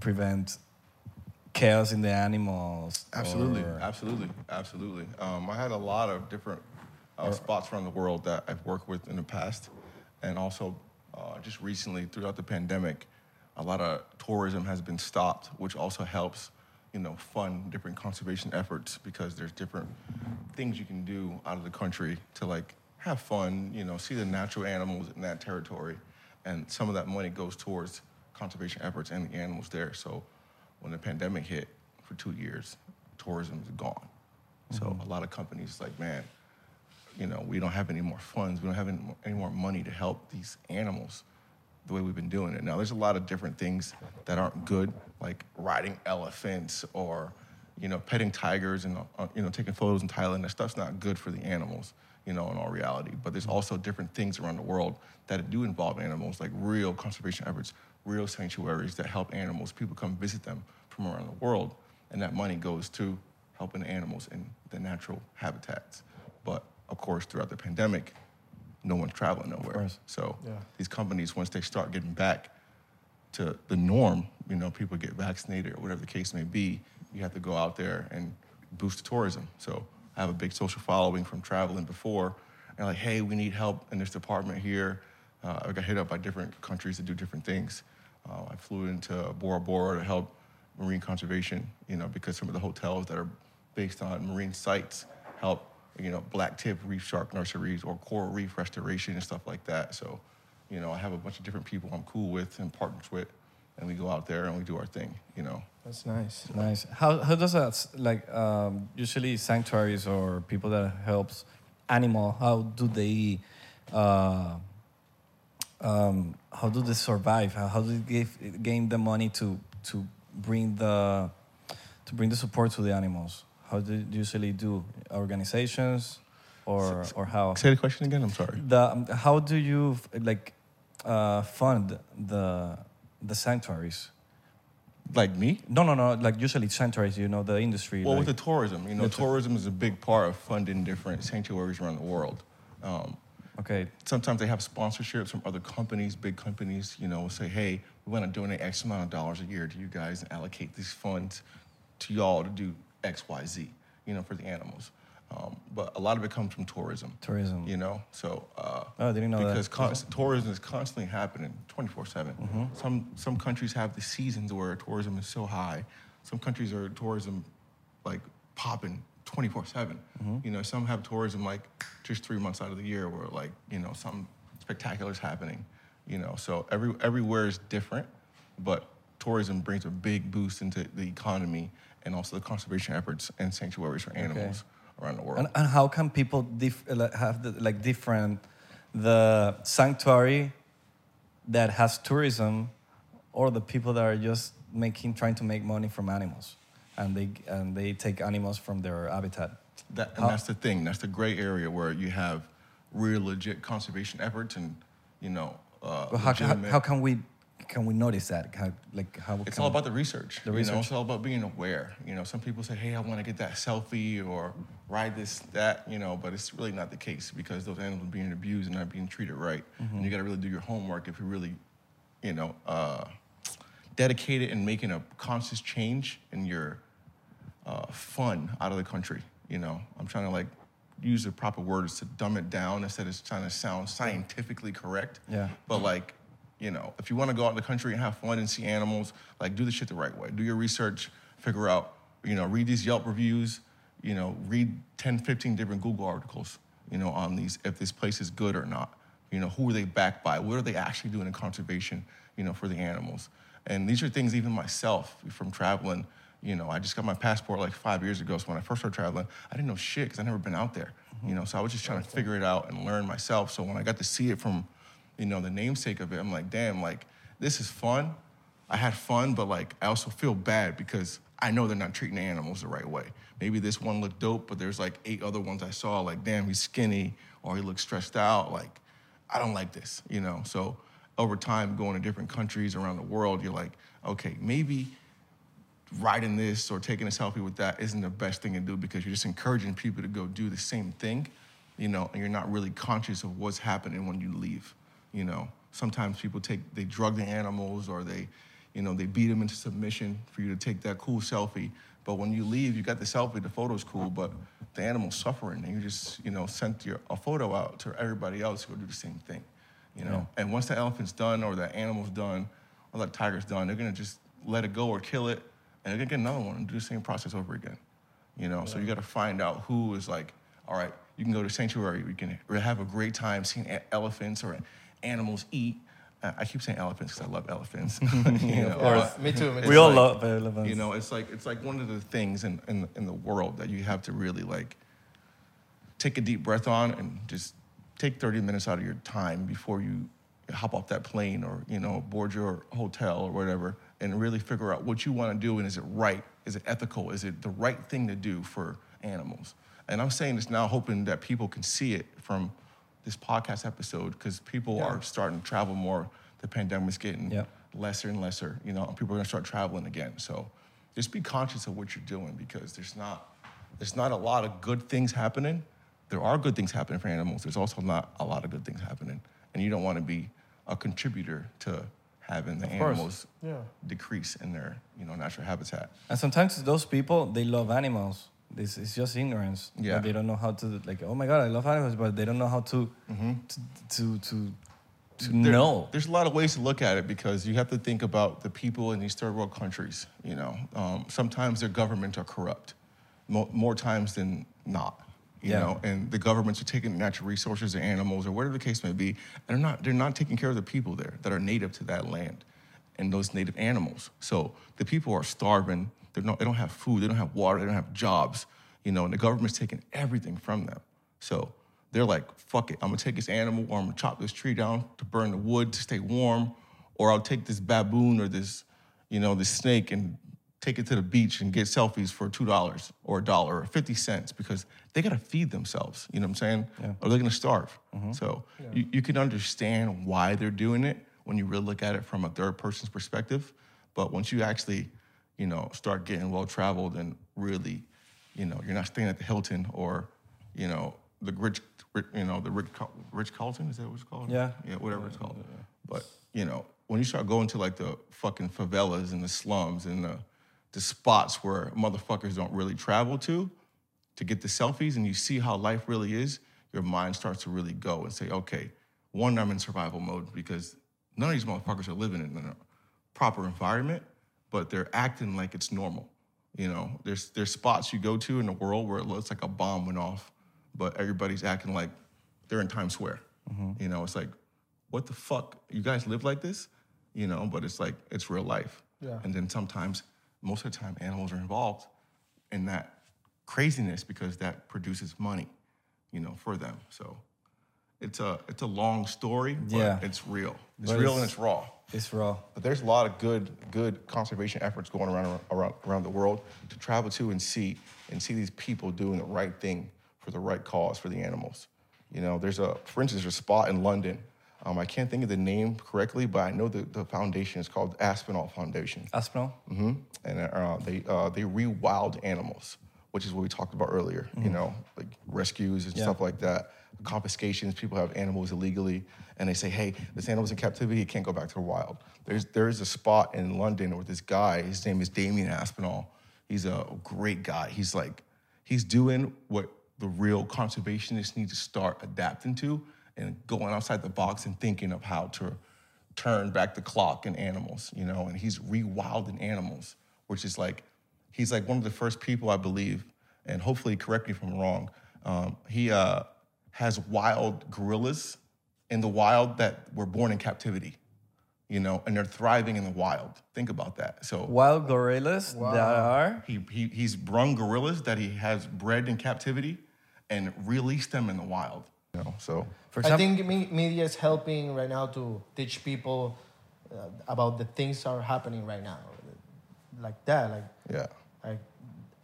S1: prevent chaos in the animals?
S6: absolutely,
S1: or-
S6: absolutely, absolutely. Um, I had a lot of different uh, spots around the world that I've worked with in the past, and also uh, just recently throughout the pandemic, a lot of tourism has been stopped, which also helps. You know, fund different conservation efforts because there's different things you can do out of the country to like have fun, you know, see the natural animals in that territory. And some of that money goes towards conservation efforts and the animals there. So when the pandemic hit for two years, tourism is gone. So a lot of companies like, man, you know, we don't have any more funds. We don't have any more, any more money to help these animals the way we've been doing it. Now, there's a lot of different things that aren't good, like riding elephants or, you know, petting tigers and, uh, you know, taking photos in Thailand. That stuff's not good for the animals, you know, in all reality. But there's also different things around the world that do involve animals, like real conservation efforts, real sanctuaries that help animals. People come visit them from around the world, and that money goes to helping the animals in the natural habitats. But of course, throughout the pandemic, no one's traveling nowhere.
S1: course.
S6: So
S2: Yeah.
S6: these companies, once they start getting back to the norm, you know, people get vaccinated or whatever the case may be, you have to go out there and boost tourism. So I have a big social following from traveling before, and like, hey, we need help in this department here. Uh, I got hit up by different countries to do different things. Uh, I flew into Bora Bora to help marine conservation, you know, because some of the hotels that are based on marine sites help, you know, black tip reef shark nurseries or coral reef restoration and stuff like that. So you know, I have a bunch of different people I'm cool with and partners with, and we go out there and we do our thing, you know.
S2: that's nice.
S1: Nice. How how does that s- like um, usually sanctuaries or people that helps animal? How do they? Uh, um, how do they survive? How, how do they give, gain the money to to bring the to bring the support to the animals? How do you usually do organizations or or how?
S6: Say the question again. I'm sorry.
S1: the um, how do you f- like uh, fund the the sanctuaries?
S6: Like me?
S1: No, no, no. Like usually sanctuaries, you know, the industry.
S6: Well,
S1: like,
S6: with the tourism, you know, tourism is a big part of funding different sanctuaries around the world. Um,
S1: okay,
S6: sometimes they have sponsorships from other companies, big companies, you know, will say, hey, we want to donate X amount of dollars a year to you guys and allocate these funds to y'all to do X, Y, Z, you know, for the animals. Um, but a lot of it comes from tourism.
S1: Tourism.
S6: You know, so. Uh,
S1: Oh, I didn't know that.
S6: because const- tourism is constantly happening 24 7. Some, some countries have the seasons where tourism is so high. Some countries are tourism like popping 24 7. You know, some have tourism like just three months out of the year where like, you know, something spectacular is happening. You know, so every, everywhere is different, but tourism brings a big boost into the economy and also the conservation efforts and sanctuaries for animals around the world.
S1: And, and how can people dif- like, have the, like different the sanctuary that has tourism or the people that are just making trying to make money from animals and they and they take animals from their habitat.
S6: That, and that's the thing. That's the gray area where you have real legit conservation efforts and, you know, uh,
S1: But how, how,
S6: legitimate-
S1: how can we can we notice that? How, like how
S6: it's
S1: can-
S6: all about the research.
S1: The
S6: you know?
S1: research.
S6: It's all about being aware. You know, some people say, "Hey, I want to get that selfie or ride this, that," you know, but it's really not the case because those animals are being abused and not being treated right.
S1: Mm-hmm.
S6: And you got to really do your homework if you really, you know, uh, dedicated in making a conscious change in your uh, fun out of the country. You know, I'm trying to like use the proper words to dumb it down instead of trying to sound scientifically correct.
S1: Yeah.
S6: But like, you know, if you want to go out in the country and have fun and see animals, like do the shit the right way. Do your research, figure out, you know, read these Yelp reviews, you know, read 10, 15 different Google articles, you know, on these, if this place is good or not. You know, who are they backed by? What are they actually doing in conservation, you know, for the animals? And these are things even myself from traveling, you know, I just got my passport like five years ago. So when I first started traveling, I didn't know shit because I never been out there. You know, so I was just trying to figure it out and learn myself. So when I got to see it from, you know, the namesake of it, I'm like, damn, like this is fun. I had fun, but like I also feel bad because I know they're not treating the animals the right way. Maybe this one looked dope, but there's like eight other ones I saw. Like, damn, he's skinny or he looks stressed out. Like, I don't like this, you know. So over time, going to different countries around the world, you're like, okay, maybe riding this or taking a selfie with that isn't the best thing to do because you're just encouraging people to go do the same thing, you know, and you're not really conscious of what's happening when you leave, you know. Sometimes people take, they drug the animals or they, you know, they beat them into submission for you to take that cool selfie. But when you leave, you got the selfie, the photo's cool, but the animal's suffering and you just, you know, sent your, a photo out to everybody else who will do the same thing, you know. And once the elephant's done or the animal's done or that tiger's done, they're gonna just let it go or kill it and again, get another one and do the same process over again. You know, so you got to find out who is like, all right, you can go to sanctuary, you can really have a great time seeing e- elephants or animals eat. Uh, I keep saying elephants because I love elephants. you know,
S1: course.
S6: but
S2: Me too. Me
S6: it's
S2: too.
S1: we all
S6: like-
S1: love elephants.
S6: you know, it's like it's like one of the things in, in in the world that you have to really like take a deep breath on and just take 30 minutes out of your time before you hop off that plane or you know board your hotel or whatever and really figure out what you want to do and is it right is it ethical is it the right thing to do for animals and i'm saying this now hoping that people can see it from this podcast episode because people are starting to travel more the pandemic's getting
S1: Yeah.
S6: lesser and lesser you know and people are going to start traveling again so just be conscious of what you're doing because there's not there's not a lot of good things happening. There are good things happening for animals. There's also not a lot of good things happening, and you don't want to be a contributor to having the
S1: course.
S6: animals
S2: Yeah.
S6: decrease in their you know natural habitat.
S1: And sometimes those people they love animals. This is just ignorance. that
S6: Yeah.
S1: they don't know how to like. Oh my god, I love animals, but they don't know how to
S2: Mm-hmm.
S1: to to to, to
S6: There-
S1: know.
S6: There's a lot of ways to look at it because you have to think about the people in these third world countries. You know, um, sometimes their governments are corrupt, mo- more times than not. You
S1: Yeah.
S6: know, and the governments are taking natural resources or animals or whatever the case may be, and they're not they're not taking care of the people there that are native to that land, and those native animals. So the people are starving. They're not, they don't have food. They don't have water. They don't have jobs. You know, and the government's taking everything from them. So they're like, fuck it, I'm gonna take this animal or I'm gonna chop this tree down to burn the wood to stay warm, or I'll take this baboon or this, you know, this snake and take it to the beach and get selfies for two dollars or a dollar or fifty cents because they gotta feed themselves. You know what I'm saying? Or they're gonna starve. So you, you can understand why they're doing it when you really look at it from a third person's perspective. But once you actually, you know, start getting well traveled and really you know, you're not staying at the Hilton or, you know, the rich, Ri- you know, the rich, Car- rich Carlton. Is that what it's called?
S1: Yeah.
S6: yeah, whatever it's called. But you know, when you start going to like the fucking favelas and the slums and the, the spots where motherfuckers don't really travel to, to get the selfies and you see how life really is, your mind starts to really go and say, okay, one, I'm in survival mode because none of these motherfuckers are living in a proper environment, but they're acting like it's normal. You know, there's there's spots you go to in the world where it looks like a bomb went off, but everybody's acting like they're in Times Square.
S1: Mm-hmm.
S6: You know, it's like, what the fuck? You guys live like this? You know, but it's like it's real life.
S2: Yeah.
S6: And then sometimes, most of the time, animals are involved in that craziness because that produces money, you know, for them. So it's a it's a long story, but
S1: Yeah.
S6: it's real. It's
S1: But
S6: real
S1: it's-
S6: and it's raw.
S1: It's raw.
S6: But there's a lot of good good conservation efforts going around around, around the world to travel to and see and see these people doing the right thing for the right cause for the animals. You know, there's a for instance there's a spot in London. Um, I can't think of the name correctly, but I know the, the foundation is called Aspinall Foundation
S1: Aspinall.
S6: hmm and uh, they uh, they rewild animals, which is what we talked about earlier. You know, like rescues and stuff like that, confiscations. People have animals illegally, and they say, "Hey, this animal's in captivity; it can't go back to the wild." There's there is a spot in London where this guy, his name is Damien Aspinall. He's a great guy. He's like he's doing what the real conservationists need to start adapting to and going outside the box and thinking of how to turn back the clock in animals, you know, and he's rewilding animals, which is like, he's like one of the first people, I believe, and hopefully correct me if I'm wrong. Um, he uh, has wild gorillas in the wild that were born in captivity, you know, and they're thriving in the wild. Think about that. So
S1: Wild gorillas that are.
S6: he, he he's brung gorillas that he has bred in captivity and released them in the wild. You know, so
S1: For
S2: I
S1: example,
S2: think me- media is helping right now to teach people uh, about the things that are happening right now, like that. Like,
S6: yeah,
S2: like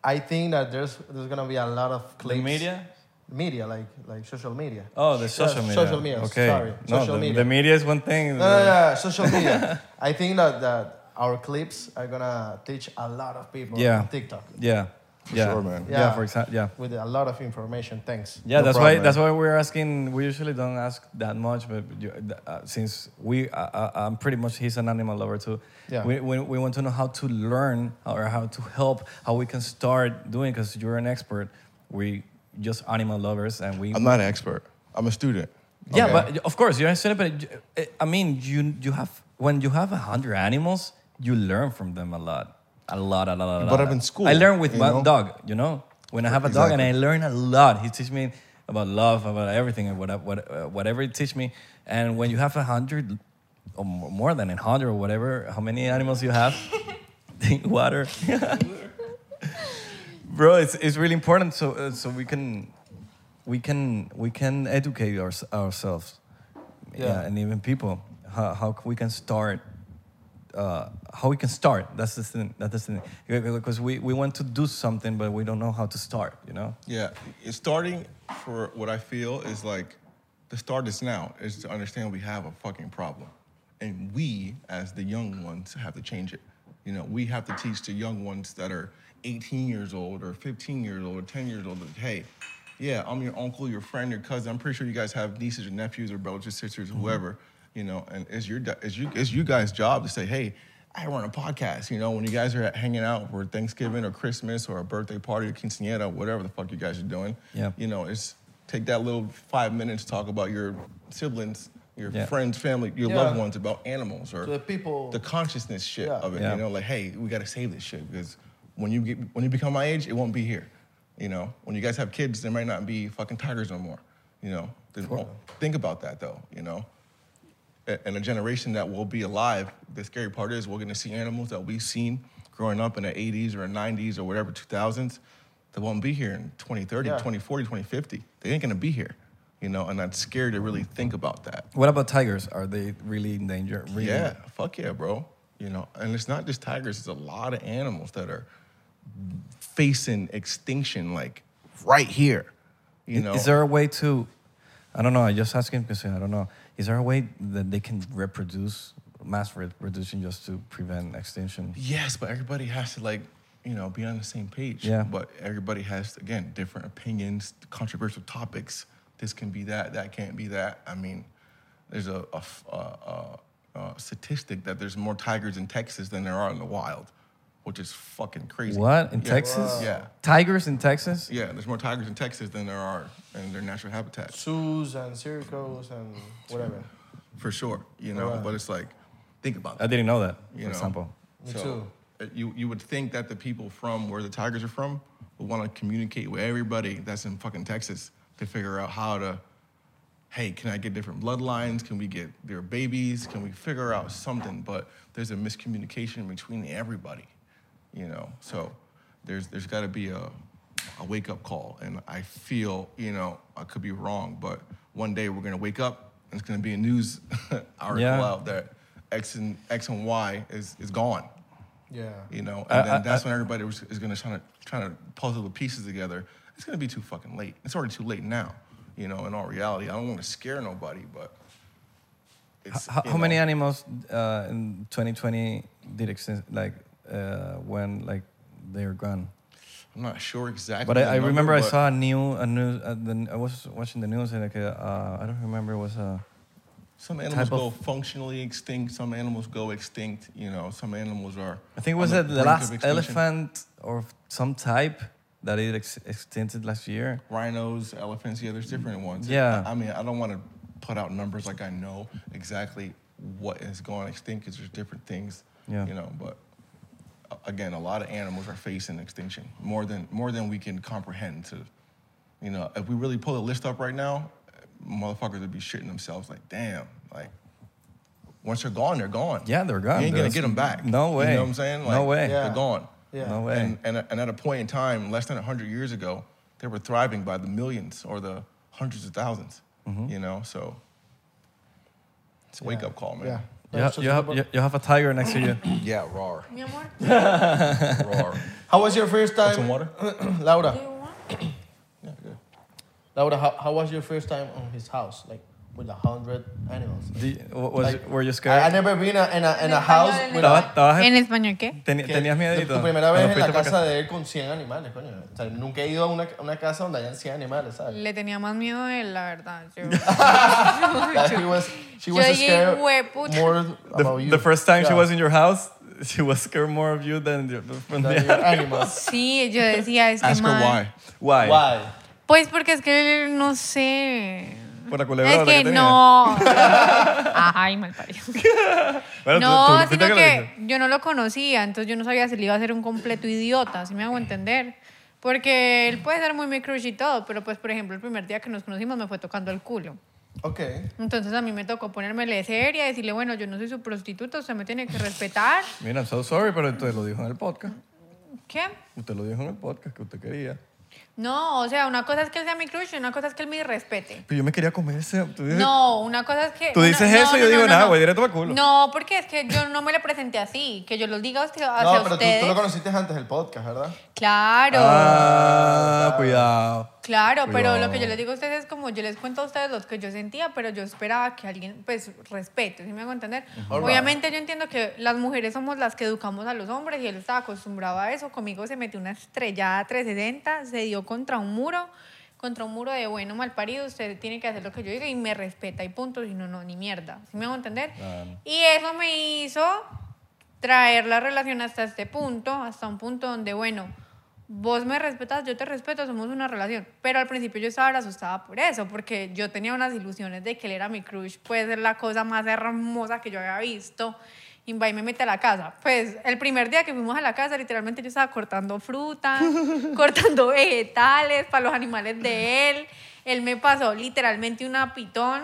S2: I think that there's there's gonna be a lot of clips.
S1: media?
S2: media, like like social media.
S1: oh, the
S2: Yeah,
S1: social media.
S2: Social media.
S1: Okay.
S2: Sorry.
S1: No,
S2: social
S1: the,
S2: media.
S1: the media is one thing.
S2: No, no, no, social media. I think that, that our clips are gonna teach a lot of people
S1: Yeah.
S2: on TikTok
S1: Yeah.
S6: For
S1: yeah.
S6: sure, man.
S1: Yeah.
S2: Yeah.
S1: For example. Yeah.
S2: with a lot of information. Thanks.
S1: Yeah,
S6: No
S1: that's
S6: problem,
S1: why. That's why we're asking. We usually don't ask that much, but you, uh, since we, uh, uh, I'm pretty much he's an animal lover too.
S2: Yeah.
S1: We, we, we want to know how to learn or how to help, how we can start doing. Because you're an expert. We just animal lovers, and we.
S6: I'm not an expert. I'm a student.
S1: yeah, but of course you're a student. But you- eh, I mean, you you have when you have a hundred animals, you learn from them a lot, a lot, a lot, a lot.
S6: But I'm in school,
S1: I learn with
S6: you
S1: my
S6: know?
S1: dog. You know, when I have a dog, and I learn a lot. He teaches me about love, about everything, and what, what, uh, whatever he teach me. And when you have a hundred, or mo- more than a hundred, or whatever, how many animals you have? Water. Bro, it's, it's really important so uh, so we can we can we can educate our, ourselves yeah. and even people how, how we can start uh, how we can start that's the thing that's the thing because we, we want to do something but we don't know how to start you know
S6: Yeah, it's starting for what I feel is like the start is now is to understand we have a fucking problem, and we as the young ones have to change it. You know, we have to teach the young ones that are 18 years old or 15 years old or 10 years old that hey, yeah, I'm your uncle, your friend, your cousin. I'm pretty sure you guys have nieces or nephews or brothers, sisters, whoever. You know, and it's your it's you it's you guys' job to say hey. I run a podcast, you know, when you guys are hanging out for Thanksgiving or Christmas or a birthday party or quinceanera, whatever the fuck you guys are doing.
S1: Yeah.
S6: You know, it's take that little five minutes to talk about your siblings, your
S1: Yeah.
S6: friends, family, your
S2: Yeah.
S6: loved ones, about animals or
S2: To the people-
S6: the consciousness shit
S2: Yeah.
S6: of it.
S1: Yeah.
S6: You know, like, hey, we gotta save this shit because when you get when you become my age, it won't be here. You know, when you guys have kids, there might not be fucking tigers no more. You know, There's- think about that though. You know, a- and a generation that will be alive. The scary part is we're going to see animals that we've seen growing up in the 80s or 90s or whatever 2000s that won't be here in 2030,
S2: Yeah.
S6: 2040, 2050. They ain't going to be here, you know. And that's scary to really think about that.
S1: what about tigers are they really in danger really
S6: Yeah, fuck yeah, bro. You know, and it's not just tigers. It's a lot of animals that are facing extinction, like right here. You know,
S1: is there a way to i don't know i just asking because i don't know is there a way that they can reproduce mass reproduction just to prevent extinction
S6: Yes, but everybody has to like, you know, be on the same page.
S1: Yeah.
S6: But everybody has again different opinions, controversial topics. This can be that. That can't be that. I mean, there's a, a f- a- a- a statistic that there's more tigers in Texas than there are in the wild, which is fucking crazy.
S1: What in
S6: Yeah.
S1: Texas?
S6: Yeah.
S1: Tigers in Texas?
S6: Yeah, there's more tigers in Texas than there are in their natural habitat.
S2: Zoos and circos and whatever.
S6: for sure. You know,
S2: Right.
S6: but it's like, think about
S1: I
S6: that.
S1: didn't know that. for
S6: You know,
S1: example,
S2: Me too.
S6: uh, You you would think that the people from where the Tigers are from would want to communicate with everybody that's in fucking Texas to figure out how to, hey, can I get different bloodlines? Can we get their babies? Can we figure out something? But there's a miscommunication between everybody, you know. So there's there's got to be a a wake up call, and I feel you know I could be wrong, but one day we're gonna wake up and it's gonna be a news article
S1: Yeah.
S6: out that X and X and Y is is gone.
S2: Yeah.
S6: You know, and
S1: I-
S6: then
S1: I-
S6: that's when everybody was, is going to try to try to puzzle the pieces together. It's going to be too fucking late. It's already too late now. You know, in all reality, I don't want to scare nobody, but it's
S1: how,
S6: you
S1: how many
S6: know,
S1: animals uh, in 2020 did exist? Like uh, when like they were gone?
S6: I'm not sure exactly.
S1: But I,
S6: the
S1: I
S6: number,
S1: remember I
S6: but
S1: saw a new a news. Uh, the, I was watching the news and like uh, I don't remember it was uh, a.
S6: some animals
S1: type of-
S6: go functionally extinct. Some animals go extinct. You know, some animals are.
S1: I think it
S6: on
S1: was the,
S6: the
S1: the
S6: brink of
S1: last
S6: extinction.
S1: elephant or some type that it ex- extincted last year.
S6: rhinos, elephants. Yeah, there's different ones.
S1: Yeah.
S6: I, I mean, I don't want to put out numbers like I know exactly what is going extinct because there's different things.
S1: Yeah.
S6: You know, but a- again, a lot of animals are facing extinction more than more than we can comprehend. To, you know, if we really pull the list up right now, motherfuckers would be shitting themselves. Like, damn, like. Once they're gone, they're gone.
S1: Yeah, they're gone.
S6: You ain't gonna
S1: There's
S6: get them back.
S1: no
S6: You
S1: way.
S6: know what I'm saying?
S1: No way.
S6: They're
S2: Yeah.
S6: gone.
S2: Yeah.
S1: No way.
S6: And, and, and at a point in time, less than 100 years ago, they were thriving by the millions or the hundreds of 1000s
S1: Mm-hmm.
S6: you know? So it's a wake up call,
S2: Yeah.
S6: man.
S1: you, ha-
S2: That's
S1: you,
S2: just
S1: have,
S2: about-
S1: you, you have a tiger next to you.
S6: Yeah, roar,
S5: Mi amor,
S6: roar.
S2: How was your first time?
S6: Some water?
S5: do
S2: Laura,
S5: you want?
S6: Yeah, good.
S2: Laura, how, how was your first time on his house? Like with a hundred animals.
S1: Do you- wa- was,
S2: Like,
S1: were you
S2: I, I
S1: scared?
S2: never been in a, in a, in a
S5: español,
S2: house
S5: en
S2: with
S1: Estabas-
S2: a.
S1: estabas-
S5: ¿En español qué?
S1: teni- ¿Tenías miedito?
S2: Tu
S1: Cuando
S2: primera vez en
S1: fuiste
S2: la
S1: pa'
S2: casa de él con 100 animales, coño. O sea, nunca he ido a una, a una casa donde hayan 100 animales, ¿sabes?
S5: Le tenía más miedo a él, la verdad. Yo,
S2: That she was, she
S5: Yo
S2: was
S5: llegué,
S2: scared
S5: huepucha.
S2: more about
S1: The,
S2: you.
S1: the first time she
S2: Yeah.
S1: was in your house, she was scared more of you than the, from
S2: Than
S1: the
S2: your animals.
S5: sí, yo decía, es que
S6: Ask her
S5: man-
S6: why.
S1: Why?
S2: Why?
S5: Pues porque es que él, no sé.
S1: Por la culebra
S5: Es que,
S1: tenía.
S5: no. Ay, mal parido.
S1: Bueno, tú- Ah, tú
S5: No,
S1: fuiste
S5: sino
S1: la
S5: que
S1: dijiste.
S5: yo no lo conocía, entonces yo no sabía si le iba a ser un completo idiota, si me hago entender. Porque él puede ser muy mi crush y todo, pero pues, por ejemplo, el primer día que nos conocimos me fue tocando el culo.
S2: Ok.
S5: Entonces a mí me tocó ponérmele seria, decirle, bueno, yo no soy su prostituta, usted me tiene que respetar.
S1: Mira, I'm so sorry, pero usted lo dijo en el podcast.
S5: ¿Qué?
S1: Usted lo dijo en el podcast que usted quería.
S5: No, o sea, una cosa es que él sea mi crush y una cosa es que él me respete.
S1: Pero yo me quería comer ese. Tú dices,
S5: No, una cosa es que...
S1: Tú dices
S5: una- no,
S1: eso y yo
S5: no, no,
S1: digo,
S5: no,
S1: nada,
S5: no.
S1: güey, directo pa'l culo.
S5: No, porque es que yo no me le presenté así, que yo lo diga a usted- hacia
S2: No, pero tú,
S5: ustedes.
S2: tú lo conociste antes del podcast, ¿verdad?
S5: Claro.
S1: Ah, cuidado.
S5: Claro, pero
S1: Cuidado.
S5: lo que yo les digo a ustedes es como yo les cuento a ustedes lo que yo sentía, pero yo esperaba que alguien, pues, respete, ¿sí me hago entender? Obviamente yo entiendo que las mujeres somos las que educamos a los hombres y él estaba acostumbrado a eso. Conmigo se metió una estrellada 360, se dio contra un muro, contra un muro de bueno, mal parido, usted tiene que hacer lo que yo diga y me respeta y punto, si no, no, ni mierda, ¿sí me hago entender? Y eso me hizo traer la relación hasta este punto, hasta un punto donde, bueno, vos me respetas, yo te respeto, somos una relación. Pero al principio yo estaba asustada por eso, porque yo tenía unas ilusiones de que él era mi crush, puede ser la cosa más hermosa que yo había visto. Y va y me mete a la casa. Pues el primer día que fuimos a la casa, literalmente yo estaba cortando fruta, cortando vegetales para los animales de él. Él me pasó literalmente una pitón.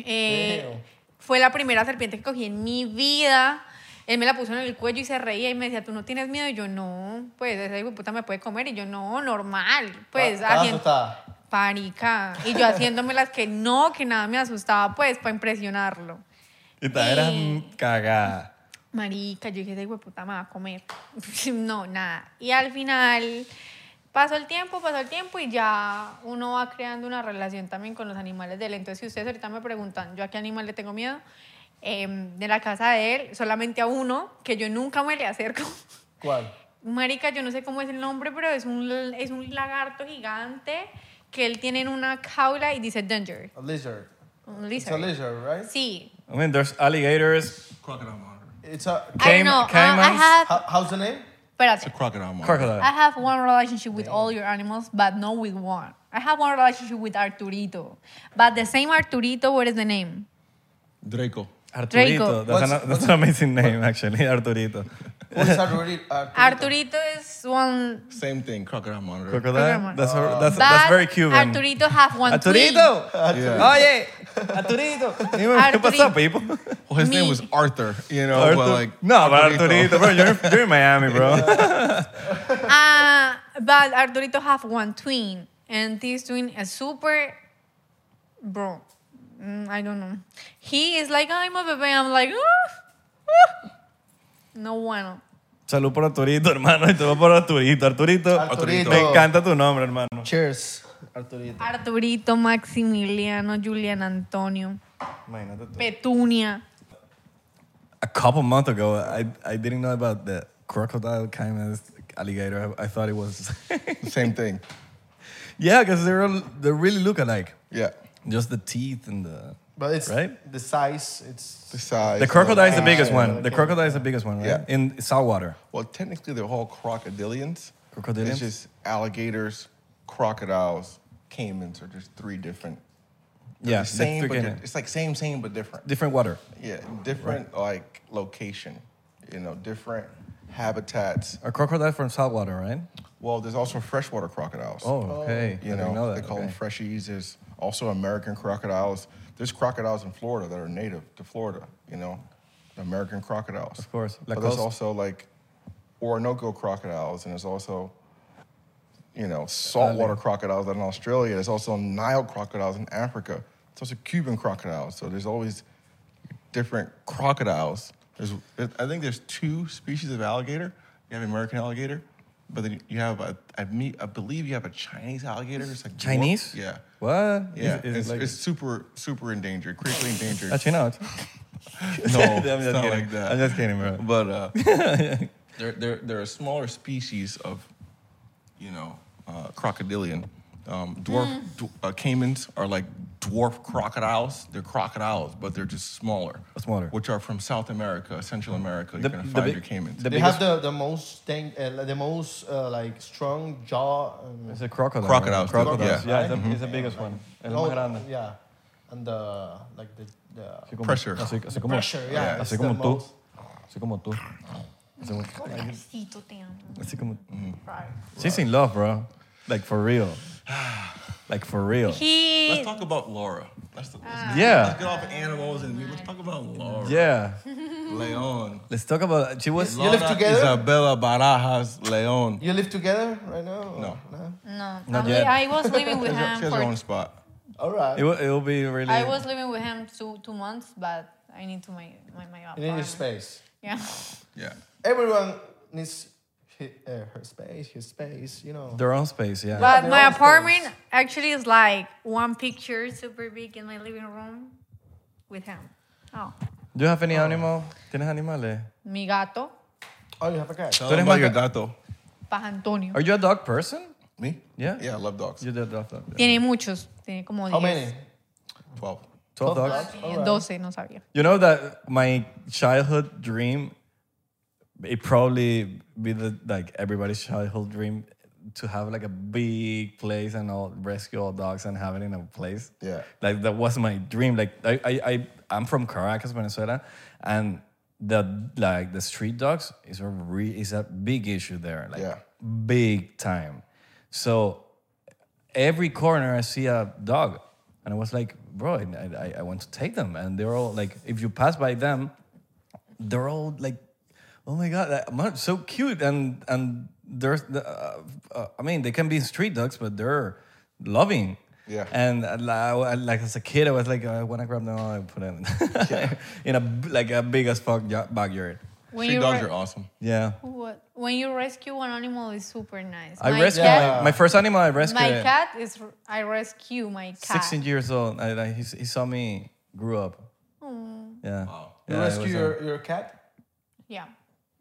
S5: Eh,
S2: Damn.
S5: fue la primera serpiente que cogí en mi vida. Él me la puso en el cuello y se reía y me decía, ¿tú no tienes miedo? Y yo, no, pues esa hijo puta me puede comer. Y yo, no, normal. Pues,
S2: Estaba
S5: haciendo-
S2: asustada.
S5: Parica. Y yo haciéndome las que no, que nada me asustaba, pues, para impresionarlo.
S1: Y te eras
S5: Y-
S1: cagada.
S5: Marica, yo dije, "Ese hijo de puta me va a comer. no, nada. Y al final pasó el tiempo, pasó el tiempo y ya uno va creando una relación también con los animales de él. Entonces, si ustedes ahorita me preguntan, ¿yo a qué animal le tengo miedo? Em, de la casa de él, solamente a uno que yo nunca me le acerco.
S2: ¿Cuál?
S5: Marica, yo no sé cómo es el nombre, pero es un, es un lagarto gigante que él tiene en una jaula y dice danger.
S2: A lizard.
S5: Un
S2: It's a
S5: lizard.
S2: lizard, right?
S5: Sí,
S1: I mean, there's alligators,
S6: Crocodile monitor.
S2: It's a.
S5: I
S1: Came-
S5: don't know. I, I
S1: caimans?
S5: have.
S2: How, how's the name?
S5: ah, Espérate.
S9: crocodile mom.
S1: Crocodile.
S5: I have one relationship with all your animals, but not with one. I have one relationship with Arturito, but the same Arturito. What is the name?
S9: Draco.
S5: Draco.
S1: Arturito. That's,
S2: What's-
S1: an, that's an amazing name, actually. Arturito.
S2: Who is Arturito? Arturito.
S5: Arturito is one.
S9: Same thing, crocodile monitor.
S1: Crocodile.
S5: Pokemon.
S1: That's, her, that's, that's
S5: but
S1: very Cuban.
S5: Arturito have one twin.
S1: Arturito.
S6: Oh,
S1: Oye, Arturito. Dime, ¿Qué pasó,
S5: Arturito.
S1: people?
S9: Well, his
S5: Me.
S9: name was Arthur, you know,
S1: Artur-
S9: but like
S1: no, but Arturito, bro, you're, you're in Miami, bro.
S5: Uh, but Arturito have one twin, and this twin is super, bro. mm, I don't know. He is like I'm a baby. I'm like, "Ah, ah." no bueno.
S1: Salud por Arturito, hermano. Y te voy por Arturito. Arturito.
S2: Arturito.
S1: Me encanta tu nombre, hermano.
S2: Cheers, Arturito.
S5: Arturito, Maximiliano, Julian Antonio,
S1: Imagínate tú.
S5: Petunia.
S1: A couple months ago, I, I didn't know about the crocodile caiman alligator. I, I thought it was.
S6: Same thing.
S1: yeah, because they're, all- they really look alike.
S6: Yeah.
S1: Just the teeth and the.
S2: But it's
S1: Right?
S2: the size. It's
S6: The size.
S1: The crocodile is the
S6: Ah,
S1: biggest
S6: yeah.
S1: one. The crocodile is the biggest one, right?
S6: Yeah.
S1: In saltwater.
S6: Well, technically, they're all crocodilians.
S1: Crocodilians?
S6: It's just alligators, crocodiles, caimans are just three different.
S1: Yeah.
S6: the
S1: the
S6: same,
S1: three
S6: but
S1: can-
S6: di- it's like same, same, but different.
S1: different water.
S6: Yeah, different like location. You know, different habitats.
S1: A crocodile from saltwater, right?
S6: Well, there's also freshwater crocodiles.
S1: Oh, okay.
S6: you
S1: I
S6: know,
S1: didn't know that.
S6: they call
S1: okay.
S6: them freshies. There's also American crocodiles. There's crocodiles in Florida that are native to Florida. You know, American crocodiles.
S1: Of course.
S6: but
S1: Lacoste.
S6: there's also like Orinoco crocodiles, and there's also you know saltwater crocodiles in Australia. There's also Nile crocodiles in Africa. There's also Cuban crocodiles. So there's always different crocodiles. There's, I think there's two species of alligator. You have American alligator, but then you have a, I, me I believe you have a Chinese alligator. It's like dwarf-
S1: Chinese?
S6: Yeah.
S1: What?
S6: Yeah,
S1: Is,
S6: it's,
S1: is it like
S6: it's super, super endangered, critically endangered.
S1: actually not.
S6: no,
S1: I'm
S6: it's
S1: just
S6: not
S1: kidding.
S6: like that.
S1: I'm just kidding, bro.
S6: But uh, they're, they're, they're a smaller species of, you know, uh, crocodilian. Um, dwarf dw- uh, caimans are like dwarf crocodiles. They're crocodiles, but they're just smaller.
S1: Oh, Smaller.
S6: Which are from South America, Central America.
S1: The-
S6: You're gonna
S1: the
S6: find
S1: big-
S6: your caimans.
S1: the
S2: they have the, the most thing, uh, the most uh, like strong jaw. um, And,
S1: It's a crocodile.
S6: Crocodiles,
S1: right? Crocodiles.
S6: yeah.
S1: it's, the, it's the biggest one. Es el
S2: Oh,
S1: más grande.
S2: yeah, and the like the, the
S1: Así como-
S6: Pressure.
S1: Así, así
S2: The
S1: como,
S2: pressure, yeah,
S1: Así
S2: it's the
S1: como tú.
S2: most.
S1: Así como tú. Así como-
S5: Pobrecito, te amo.
S1: Así como. mm. She's in love, bro. Like for real. Like for real.
S5: He
S6: Let's talk about Laura. Let's, let's,
S1: Ah.
S6: let's
S1: Yeah.
S6: get off of animals and let's talk about Laura.
S1: Yeah.
S6: Leon.
S1: Let's talk about. She was.
S2: live
S6: Laura
S2: together?
S6: Isabella Barajas Leon.
S2: You live together right now? or
S6: No.
S5: no.
S1: Not
S5: I, li-
S1: yet.
S5: I was living with
S6: She has
S5: him
S6: her own
S5: for.
S6: spot.
S2: All
S1: It
S2: right.
S1: will, it will be really.
S5: I was living with him two two months, but I need to my my my
S2: You need your
S5: apartment.
S2: space.
S5: Yeah.
S6: Yeah.
S2: Everyone needs his, uh, her space, his space. You know.
S1: their own space, yeah.
S5: But
S2: they
S5: my
S2: all
S5: apartment
S2: space.
S5: actually is like one picture, super big, in my living room, with him. Oh,
S1: Do you have any animal? ¿Tienes animales?
S5: mi gato,
S2: Oh, you have a cat.
S6: Tell
S1: eres
S6: them about
S1: más-
S6: your gato.
S5: Paz Antonio.
S1: Are you a dog person?
S6: Me?
S1: Yeah.
S6: Yeah, I love dogs.
S1: You're a dog. dog.
S5: Tiene muchos, tiene como
S2: How
S5: 10.
S2: many?
S6: 12.
S1: 12 dogs.
S5: Tenía 12, no sabía.
S1: You know that my childhood dream, it probably be the like everybody's childhood dream to have like a big place and all rescue all dogs and have it in a place.
S6: Yeah.
S1: Like that was my dream. Like I I, I I'm from Caracas, Venezuela, and the like the street dogs is a re, is a big issue there. Like
S6: Yeah.
S1: big time. So every corner I see a dog, and I was like, bro, I, I, I want to take them, and they're all like, if you pass by them, they're all like, oh my god, that- man, so cute, and and there's, the, uh, uh, I mean, they can be street dogs, but they're loving.
S6: Yeah.
S1: And uh, li- I wa- like as a kid, I was like, "Oh, I want to grab them all and put them in a b- like a big as fuck ya- backyard.
S5: When
S6: Street
S5: you
S6: dogs
S5: re-
S6: are awesome.
S1: Yeah.
S5: What? When you rescue one animal, is super nice.
S1: I
S5: my
S1: rescued
S5: cat,
S1: my, my first animal. I rescued.
S5: my cat is I rescue my cat.
S1: 16 years old. I, I, he, he saw me grew up. Yeah.
S2: You
S1: Yeah, it
S2: rescue
S1: was a-
S2: your, your cat?
S5: Yeah.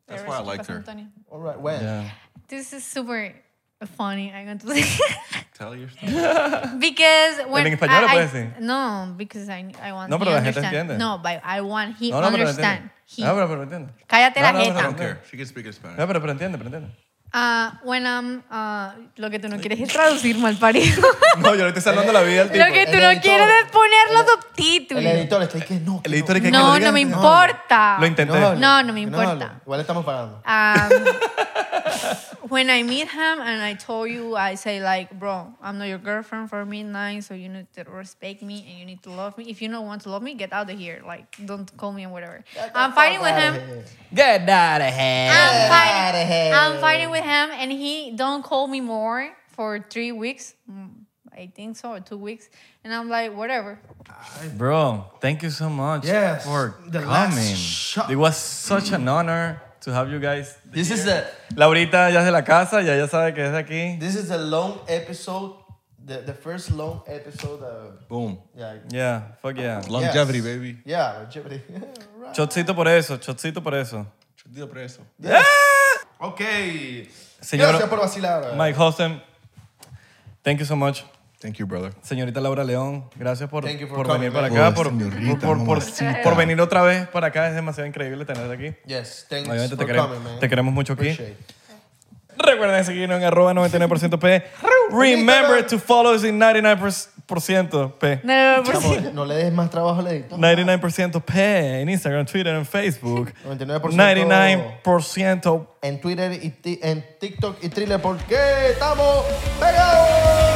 S6: That's why I
S5: rescue
S6: liked
S5: Paz
S6: her.
S5: Antonio.
S2: All right. When?
S1: yeah.
S5: This is super funny. I'm going to say
S6: Tell your story.
S5: because when
S1: En español lo
S5: I,
S1: puedes decir.
S5: I, no because I I want
S1: No,
S5: he
S1: pero la gente
S5: understand.
S1: entiende.
S5: No, but I want he
S1: No, no, pero entiende.
S5: understand. he.
S1: No, pero, pero entiende.
S5: Cállate
S1: No,
S5: la
S1: no,
S5: jeta.
S1: no,
S6: I
S1: no,
S6: don't care. She can speak in Spanish.
S1: No, pero, pero entiende, pero entiende.
S5: Ah, when I'm, ah, lo que tú no quieres es traducir mal parido.
S1: No, yo le estoy salvando la vida al tipo.
S5: lo que tú
S2: El
S5: no
S2: editor.
S5: quieres es poner los
S2: El
S5: subtítulos.
S2: editor está ahí que no. que
S1: El editor es que
S5: No,
S1: que lo diga.
S5: no
S10: Ah.
S5: me importa.
S1: Lo intenté.
S2: hable,
S5: No, no me
S2: que
S5: importa.
S2: hable. Igual estamos pagando.
S5: Um, when I meet him and I told you, I say like, bro, I'm not your girlfriend for midnight, so you need to respect me and you need to love me. If you don't want to love me, get out of here. Like, don't call me and whatever. I'm fighting with him.
S10: Get out of here.
S2: Ah. outta
S5: I'm fighting.
S2: here.
S5: I'm fighting with him, and he don't call me more for three weeks. Mm, I think so, or two weeks. And I'm like, whatever.
S1: Bro, thank you so much
S2: Yes,
S1: for
S2: the last
S1: coming.
S2: shot.
S1: It was such an honor to have you guys.
S2: This is the
S1: Laurita ya es de la casa, ya ya sabe que es de aquí.
S2: this is the long episode, the, the first long episode of
S4: Boom.
S2: yeah.
S1: Yeah, fuck yeah.
S4: Longevity, baby.
S2: Yeah, longevity. right.
S1: Chocito por eso, chocito por eso. Ah.
S4: Chutito preso.
S2: Okay.
S1: Señor
S2: Gracias por vacilar.
S1: Mike Hosten, thank you so much.
S4: Thank you, brother.
S1: Señorita Laura León, gracias por,
S2: Thank you for
S1: por
S2: coming,
S1: venir para
S4: man.
S1: acá,
S4: Oh,
S1: por,
S4: señorita,
S1: por, por-
S4: mamacita.
S1: por venir otra vez para acá. Es demasiado increíble tenerte aquí.
S2: Yes, thanks
S1: Obviamente te,
S2: for
S1: queremos-
S2: coming, man.
S1: te queremos mucho aquí.
S2: Appreciate it.
S1: Recuerden seguirnos en arroba 99% P. Remember to follow us in 99% P.
S5: No, por si-
S2: Chamo, no le des más trabajo al editor.
S1: 99% P en Instagram, Twitter, en Facebook.
S2: 99%
S1: 99%
S2: En Twitter, y ti- en TikTok y Thriller porque estamos pegados.